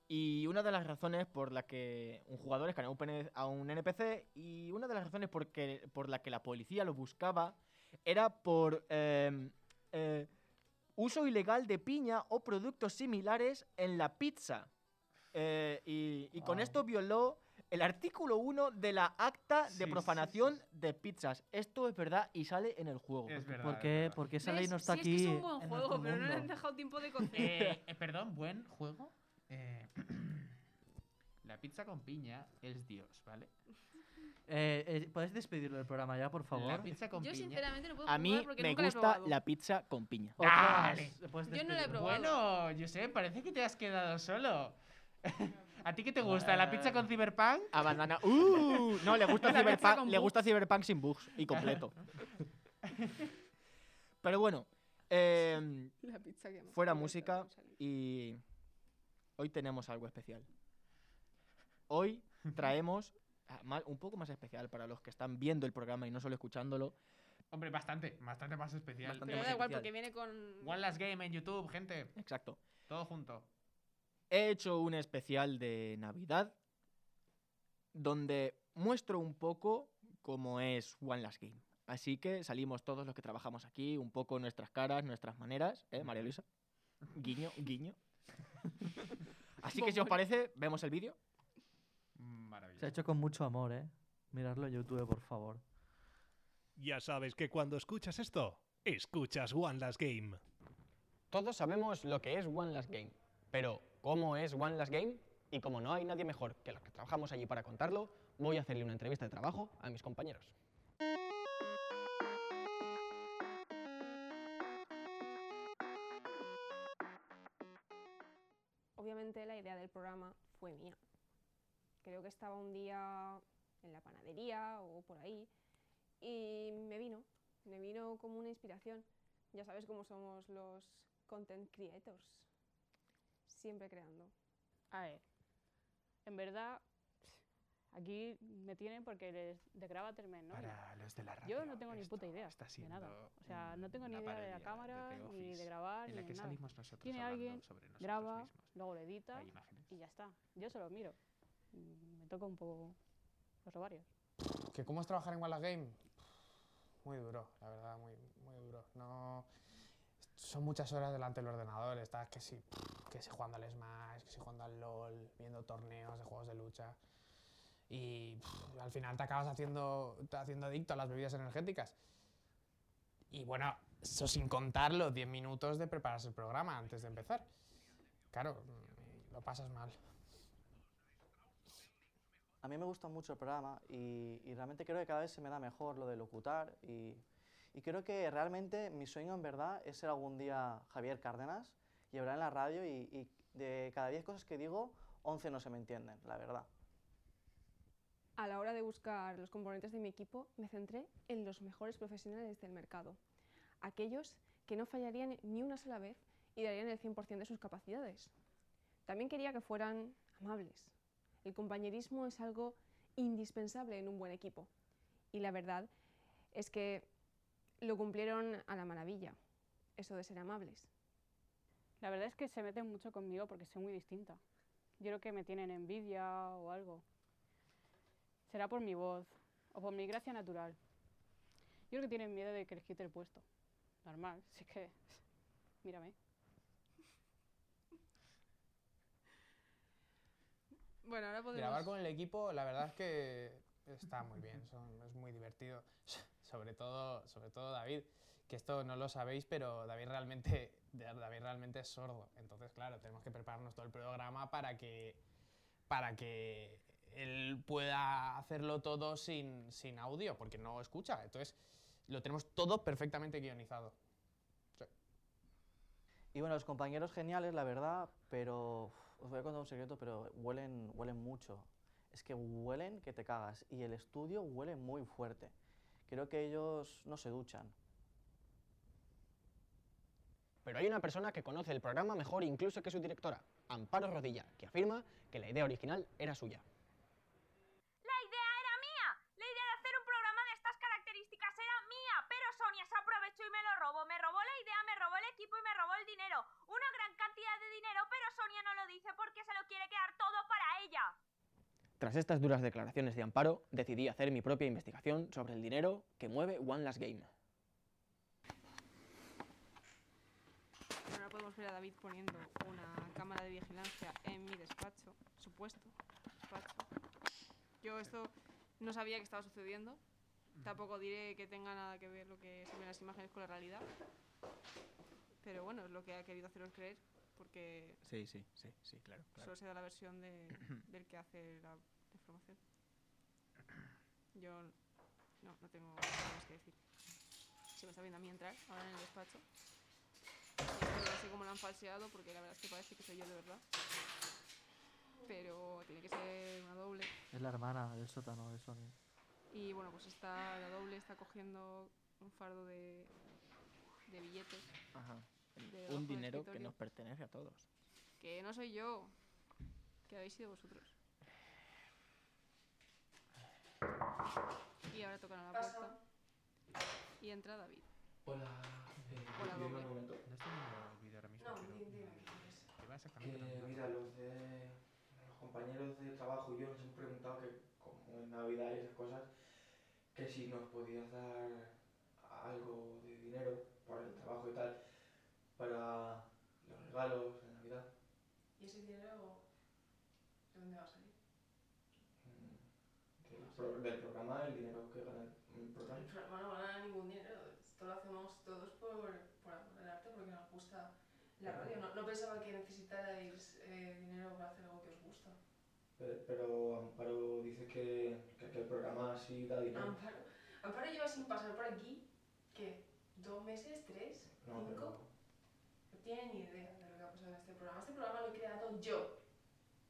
Speaker 3: Y una de las razones por la que un jugador escanea un pene a un NPC y una de las razones por, que- por la que la policía lo buscaba era por em, eh, uso ilegal de piña o productos similares en la pizza. Eh, y, y con
Speaker 6: Wow.
Speaker 3: esto violó el artículo 1 de la acta
Speaker 7: Sí, sí,
Speaker 3: de
Speaker 7: sí,
Speaker 3: profanación de pizzas. Esto es verdad y sale en el juego.
Speaker 7: Es verdad.
Speaker 6: ¿Por
Speaker 7: es
Speaker 6: qué?
Speaker 7: verdad.
Speaker 6: Porque esa ley
Speaker 1: ¿Ves?
Speaker 6: no está
Speaker 1: Sí,
Speaker 6: aquí.
Speaker 1: Es que es un buen
Speaker 6: en
Speaker 1: juego,
Speaker 6: nuestro
Speaker 1: pero no le han
Speaker 6: mundo.
Speaker 1: dejado tiempo de cocer.
Speaker 7: Eh, eh, perdón, buen juego. Eh, la pizza con piña es Dios, ¿vale?
Speaker 6: Eh, eh, ¿Podéis despedirlo del programa ya, por favor?
Speaker 7: La pizza con
Speaker 1: Yo
Speaker 7: piña.
Speaker 1: sinceramente no puedo
Speaker 3: A
Speaker 1: jugar
Speaker 3: mí
Speaker 1: porque
Speaker 3: me
Speaker 1: nunca la he
Speaker 3: gusta
Speaker 1: probado.
Speaker 3: la pizza con piña.
Speaker 2: ¡Ah,
Speaker 6: Otras- eh,
Speaker 7: Dale.
Speaker 6: puedes
Speaker 1: Yo no la he
Speaker 6: despedirlo.
Speaker 1: probado.
Speaker 7: Bueno, Josep, parece que te has quedado solo. ¿A ti qué te gusta? ¿La pizza con Cyberpunk?
Speaker 3: A bandana. ¡Uh! No, le gusta,
Speaker 7: La pizza
Speaker 3: Cyberpunk,
Speaker 7: con
Speaker 3: le
Speaker 7: bugs.
Speaker 3: gusta Cyberpunk sin bugs y completo. Pero bueno, em,
Speaker 1: La pizza que hemos
Speaker 3: fuera
Speaker 1: comido,
Speaker 3: música
Speaker 1: vamos a ver.
Speaker 3: y hoy tenemos algo especial. Hoy traemos ah, ma- un poco más especial para los que están viendo el programa y no solo escuchándolo.
Speaker 7: Hombre, bastante, bastante más especial.
Speaker 3: Bastante
Speaker 1: Pero
Speaker 3: más
Speaker 1: da igual
Speaker 3: especial.
Speaker 1: porque viene con.
Speaker 7: One Last Game en YouTube, gente.
Speaker 3: Exacto.
Speaker 7: Todo junto.
Speaker 3: He hecho un especial de Navidad donde muestro un poco cómo es One Last Game. Así que salimos todos los que trabajamos aquí, un poco nuestras caras, nuestras maneras, ¿eh, María Luisa? Guiño, guiño. Así que si os parece, vemos el vídeo.
Speaker 6: Se
Speaker 7: Maravilloso.
Speaker 6: ha hecho con mucho amor, ¿eh? Miradlo en YouTube, por favor.
Speaker 5: Ya sabes que cuando escuchas esto, escuchas One Last Game.
Speaker 8: Todos sabemos lo que es One Last Game, pero ¿cómo es One Last Game? Y como no hay nadie mejor que los que trabajamos allí para contarlo, voy a hacerle una entrevista de trabajo a mis compañeros.
Speaker 1: Obviamente la idea del programa fue mía. Creo que estaba un día en la panadería o por ahí y me vino, me vino como una inspiración. Ya sabes cómo somos los content creators, siempre creando.
Speaker 9: A ver, en verdad, aquí me tienen porque les desgraba Termen, ¿no?
Speaker 7: los de la radio.
Speaker 9: Yo no tengo ni puta idea de nada. O sea, no tengo ni idea de la cámara, ni de grabar, ni de nada.
Speaker 7: nosotros.
Speaker 9: Tiene hablando alguien,
Speaker 7: sobre nosotros
Speaker 9: Graba, luego lo edita
Speaker 7: imágenes.
Speaker 9: y ya está. Yo se lo miro. Mm, Me toca un poco los ovarios.
Speaker 2: que cómo es trabajar en One Last Game, muy duro, la verdad, muy, muy duro. No, son muchas horas delante del ordenador, estás que sí, que sí jugando al Smash, que sí jugando al LOL, viendo torneos de juegos de lucha. Y al final te acabas haciendo, te haciendo adicto a las bebidas energéticas. Y bueno, eso sin contar los 10 minutos de prepararse el programa antes de empezar. Claro, mm, lo pasas mal.
Speaker 4: A mí me gusta mucho el programa y, y realmente creo que cada vez se me da mejor lo de locutar y, y creo que realmente mi sueño en verdad es ser algún día Javier Cárdenas y hablar en la radio y, y de cada 10 cosas que digo, 11 no se me entienden, la verdad.
Speaker 1: A la hora de buscar los componentes de mi equipo, me centré en los mejores profesionales del mercado, aquellos que no fallarían ni una sola vez y darían el 100% de sus capacidades. También quería que fueran amables. El compañerismo es algo indispensable en un buen equipo y la verdad es que lo cumplieron a la maravilla, eso de ser amables.
Speaker 9: La verdad es que se meten mucho conmigo porque soy muy distinta. Yo creo que me tienen envidia o algo. Será por mi voz o por mi gracia natural. Yo creo que tienen miedo de que les quite el puesto. Normal, si es que... Mírame.
Speaker 1: Bueno, ahora
Speaker 2: Grabar con el equipo, la verdad es que está muy bien, son- es muy divertido. Sobre todo, sobre todo David, que esto no lo sabéis, pero David realmente, David realmente es sordo. Entonces, claro, tenemos que prepararnos todo el programa para que, para que él pueda hacerlo todo sin, sin audio, porque no escucha. Entonces, lo tenemos todo perfectamente guionizado.
Speaker 4: Y bueno, los compañeros geniales, la verdad, pero uf, os voy a contar un secreto, pero huelen, huelen mucho. Es que huelen que te cagas y el estudio huele muy fuerte. Creo que ellos no se duchan.
Speaker 8: Pero hay una persona que conoce el programa mejor incluso que su directora, Amparo Rodilla, que afirma que la idea original era suya.
Speaker 10: La idea era mía. La idea de hacer un programa de estas características era mía. Pero Sonia se aprovechó y me lo robó. Me robó la idea, me robó el equipo y me robó el dinero. Una gran cantidad de dinero, pero Sonia no lo dice porque se lo quiere quedar todo para ella.
Speaker 8: Tras estas duras declaraciones de Amparo, decidí hacer mi propia investigación sobre el dinero que mueve One Last Game.
Speaker 1: Bueno, ahora podemos ver a David poniendo una cámara de vigilancia en mi despacho, supuesto despacho. Yo esto no sabía que estaba sucediendo. Tampoco diré que tenga nada que ver lo que se ven las imágenes con la realidad. Pero bueno, es lo que ha querido haceros creer, porque
Speaker 3: Sí, sí, sí, sí, claro. claro.
Speaker 1: solo se da la versión de- del que hace la información. Yo no, no tengo nada más que decir. Se me está viendo a mí entrar ahora en el despacho. Esto No sé cómo lo han falseado porque la verdad es que parece que soy yo de verdad. Pero tiene que ser una doble.
Speaker 4: Es la hermana del sótano de Sonia.
Speaker 1: Y bueno, pues está la doble, está cogiendo un fardo de, de billetes.
Speaker 3: Ajá.
Speaker 1: debajo del
Speaker 3: Un dinero que
Speaker 1: escritorio.
Speaker 3: nos pertenece a todos.
Speaker 1: Que no soy yo, que habéis sido vosotros. Y ahora tocan a la puerta. Y entra David.
Speaker 11: Hola. eh,
Speaker 1: Hola,
Speaker 11: mira,
Speaker 1: doble.
Speaker 11: un momento.
Speaker 2: No estoy viendo el vídeo ahora mismo,
Speaker 11: No,
Speaker 2: pero.
Speaker 11: bien, bien,
Speaker 2: Te va exactamente lo
Speaker 11: Eh,
Speaker 2: mismo.
Speaker 11: mira, los, de, los compañeros de trabajo y yo nos hemos preguntado que, como en Navidad y esas cosas, que si nos podías dar algo de dinero por el trabajo y tal, para los regalos de Navidad.
Speaker 12: ¿Y ese dinero de dónde va a salir?
Speaker 11: Mm, del pro- del programa, el dinero que gana el programa.
Speaker 12: El programa no gana ningún dinero. Esto lo hacemos todos por, por amor al arte, porque nos gusta la radio. No, no pensaba que necesitarais eh, dinero para hacer algo que os gusta.
Speaker 11: Pe- Pero Amparo dice que, que, que el programa sí da dinero.
Speaker 12: Amparo. Amparo lleva sin pasar por aquí, ¿qué? ¿Dos meses? ¿Tres?
Speaker 11: No,
Speaker 12: ¿Cinco?
Speaker 11: pero
Speaker 12: No tiene ni idea de lo que ha pasado en este programa. Este programa lo he creado yo.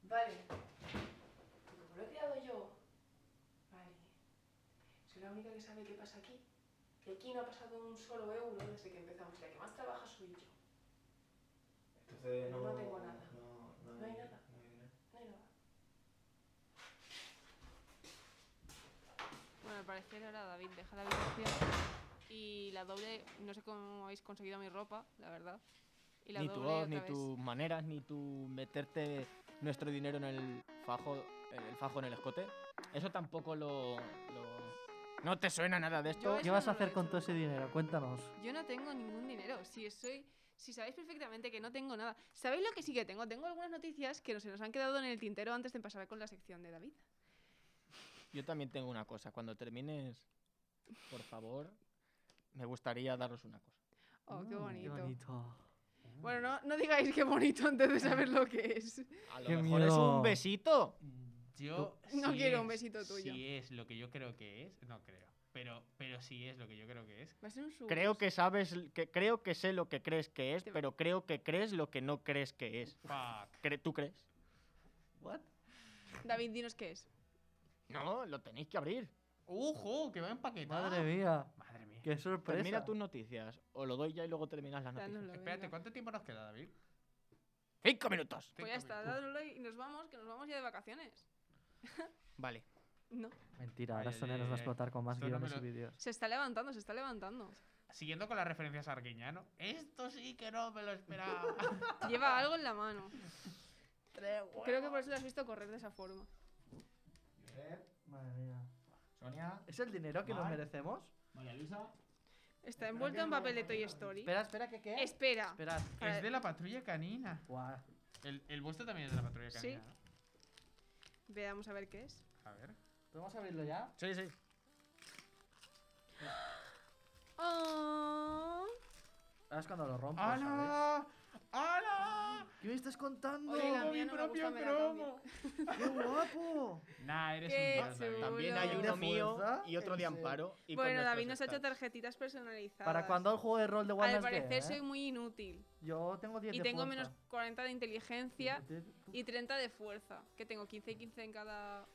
Speaker 12: Vale. ¿Y como lo he creado yo? Vale. Soy la única que sabe qué pasa aquí. Que aquí no ha pasado un solo euro desde que empezamos. La que más trabaja soy yo.
Speaker 11: entonces no,
Speaker 12: No tengo nada.
Speaker 11: no- no
Speaker 12: No hay
Speaker 11: hay-
Speaker 12: nada.
Speaker 11: no hay dinero.
Speaker 12: No hay nada.
Speaker 1: Bueno, al parecer ahora David deja la habitación y la doble, no sé cómo habéis conseguido mi ropa, la verdad. Y la
Speaker 3: ni tu
Speaker 1: doble
Speaker 3: voz,
Speaker 1: otra
Speaker 3: ni
Speaker 1: vez.
Speaker 3: tus maneras, ni tu meterte nuestro dinero en el fajo, en el fajo en el escote. Eso tampoco lo, lo- No te suena nada de esto.
Speaker 1: Yo
Speaker 4: ¿Qué
Speaker 1: eso
Speaker 4: vas a
Speaker 1: no lo he
Speaker 4: hacer con todo ese dinero? Cuéntanos.
Speaker 1: Yo no tengo ningún dinero, si soy... Si sabéis perfectamente que no tengo nada. ¿Sabéis lo que sí que tengo? Tengo algunas noticias que se nos han quedado en el tintero antes de empezar con la sección de David.
Speaker 3: Yo también tengo una cosa. Cuando termines, por favor, me gustaría daros una cosa.
Speaker 1: Oh, qué
Speaker 4: Mm, Qué
Speaker 1: bonito. Ah.
Speaker 4: bonito.
Speaker 1: Bueno, no, no digáis qué bonito antes de saber lo que es.
Speaker 3: A lo
Speaker 4: Qué
Speaker 3: mejor es
Speaker 4: miedo.
Speaker 3: un besito.
Speaker 2: Yo.
Speaker 1: No
Speaker 2: si
Speaker 1: quiero un
Speaker 2: es-
Speaker 1: besito tuyo.
Speaker 2: Si es lo que yo creo que es, no creo. Pero, pero si es lo que yo creo que es.
Speaker 1: Va a ser un subus.
Speaker 3: Creo que sabes, l- que creo que sé lo que crees que es,
Speaker 1: Te-
Speaker 3: pero creo que crees lo que no crees que es.
Speaker 2: Fuck.
Speaker 3: Cre- ¿Tú crees?
Speaker 1: David, dinos qué es.
Speaker 3: No, lo tenéis que abrir.
Speaker 2: ¡Ujo! Que va empaquetado.
Speaker 4: Madre mía,
Speaker 2: Madre mía.
Speaker 4: qué sorpresa.
Speaker 3: Termina tus noticias. O lo doy ya y luego terminas las noticias.
Speaker 1: Dánoslo,
Speaker 2: Espérate,
Speaker 1: venga.
Speaker 2: ¿cuánto tiempo nos queda, David?
Speaker 3: ¡Cinco minutos!
Speaker 1: Pues ya
Speaker 2: Cinco
Speaker 1: está,
Speaker 2: minutos.
Speaker 1: dándolo y nos vamos, que nos vamos ya de vacaciones.
Speaker 3: Vale.
Speaker 1: No.
Speaker 4: Mentira,
Speaker 2: Ay,
Speaker 4: ahora
Speaker 2: ay,
Speaker 4: Sonia nos va a
Speaker 2: ay,
Speaker 4: explotar con más
Speaker 2: esto no me
Speaker 4: guiones y
Speaker 2: lo-
Speaker 4: vídeos.
Speaker 1: Se está levantando, se está levantando.
Speaker 2: Siguiendo con las referencias a Arguiñano. Esto sí que no me lo esperaba.
Speaker 1: Lleva algo en la mano. Creo que por eso lo has visto correr de esa forma.
Speaker 4: Madre mía.
Speaker 2: Sonia.
Speaker 4: ¿Es el dinero que nos
Speaker 2: Mar.
Speaker 4: merecemos?
Speaker 2: María Luisa.
Speaker 1: Está envuelto en papel de Toy Story.
Speaker 4: Espera, espera, ¿qué qué?
Speaker 1: Espera.
Speaker 4: Esperad.
Speaker 1: Para-
Speaker 2: Es de la patrulla canina.
Speaker 4: Buah,
Speaker 2: El, el vuestro también es de la patrulla
Speaker 1: Sí.
Speaker 2: canina. ¿no?
Speaker 1: Veamos a ver qué es.
Speaker 2: A ver.
Speaker 4: ¿Podemos abrirlo ya?
Speaker 3: Sí, sí.
Speaker 1: Oh.
Speaker 4: Ahora es cuando lo
Speaker 1: Pues,
Speaker 4: rompo,
Speaker 2: Ah,
Speaker 4: ¿sabes?
Speaker 2: ¡Hala! ¡Hala!
Speaker 4: ¿Qué me estás contando?
Speaker 1: Oye, la mía
Speaker 2: ¡Mi
Speaker 1: no me gusta,
Speaker 2: propio
Speaker 1: me la cambio.
Speaker 2: cromo!
Speaker 4: ¡Qué guapo!
Speaker 2: Nah, eres
Speaker 1: Qué
Speaker 2: un dios, David.
Speaker 1: chulo.
Speaker 3: También hay
Speaker 4: ¿El de
Speaker 3: uno mío
Speaker 4: fuerza?
Speaker 3: y otro de
Speaker 4: ¿En serio?
Speaker 3: amparo. y con
Speaker 1: Bueno, David nos
Speaker 3: nuestros
Speaker 1: ha hecho
Speaker 3: stats.
Speaker 1: tarjetitas personalizadas.
Speaker 4: Para cuando el juego de rol de Wallace
Speaker 1: Al parecer
Speaker 4: Game,
Speaker 1: soy
Speaker 4: ¿eh?
Speaker 1: muy inútil.
Speaker 4: Yo tengo 10
Speaker 1: Y
Speaker 4: de
Speaker 1: tengo
Speaker 4: fuerza.
Speaker 1: menos 40 de inteligencia
Speaker 4: Inútil.
Speaker 1: y 30 de fuerza. Que tengo 15 y 15 en cada.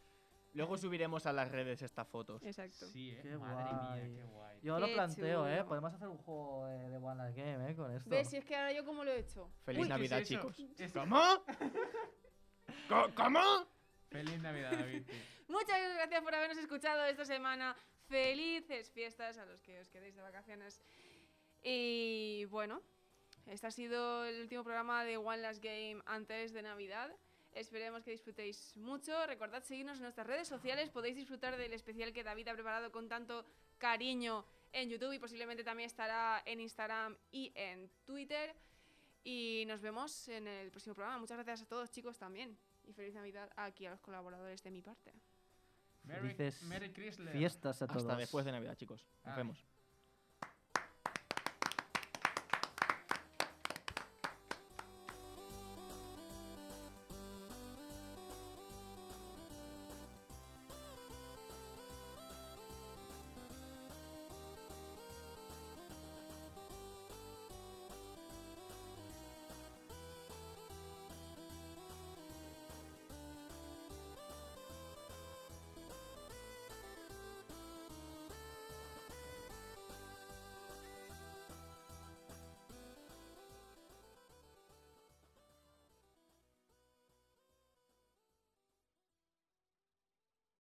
Speaker 3: Luego subiremos a las redes estas fotos.
Speaker 1: Exacto.
Speaker 2: Sí, eh.
Speaker 4: Qué
Speaker 2: Madre
Speaker 4: guay.
Speaker 2: mía, qué guay.
Speaker 4: Yo lo
Speaker 1: Qué
Speaker 4: planteo, ¿eh?
Speaker 1: chulo.
Speaker 4: Podemos hacer un juego de, de One Last Game, ¿eh? Con esto.
Speaker 1: ¿Ves? Si es que ahora yo como lo he hecho.
Speaker 3: Feliz
Speaker 2: Uy, ¿qué es
Speaker 3: Navidad,
Speaker 2: eso?
Speaker 3: chicos.
Speaker 2: Es-
Speaker 3: ¿Cómo? Co- ¿Cómo?
Speaker 2: Feliz Navidad, David. tío.
Speaker 1: Muchas gracias por habernos escuchado esta semana. Felices fiestas a los que os quedéis de vacaciones. Y bueno, este ha sido el último programa de One Last Game antes de Navidad. Esperemos que disfrutéis mucho. Recordad seguirnos en nuestras redes sociales. Podéis disfrutar del especial que David ha preparado con tanto cariño en YouTube y posiblemente también estará en Instagram y en Twitter. Y nos vemos en el próximo programa. Muchas gracias a todos, chicos, también. Y feliz Navidad aquí a los colaboradores de mi parte.
Speaker 2: Merry-
Speaker 3: Felices
Speaker 2: Merry Chrysler.
Speaker 3: Hasta después de Navidad, chicos. Nos
Speaker 2: Ah.
Speaker 3: vemos.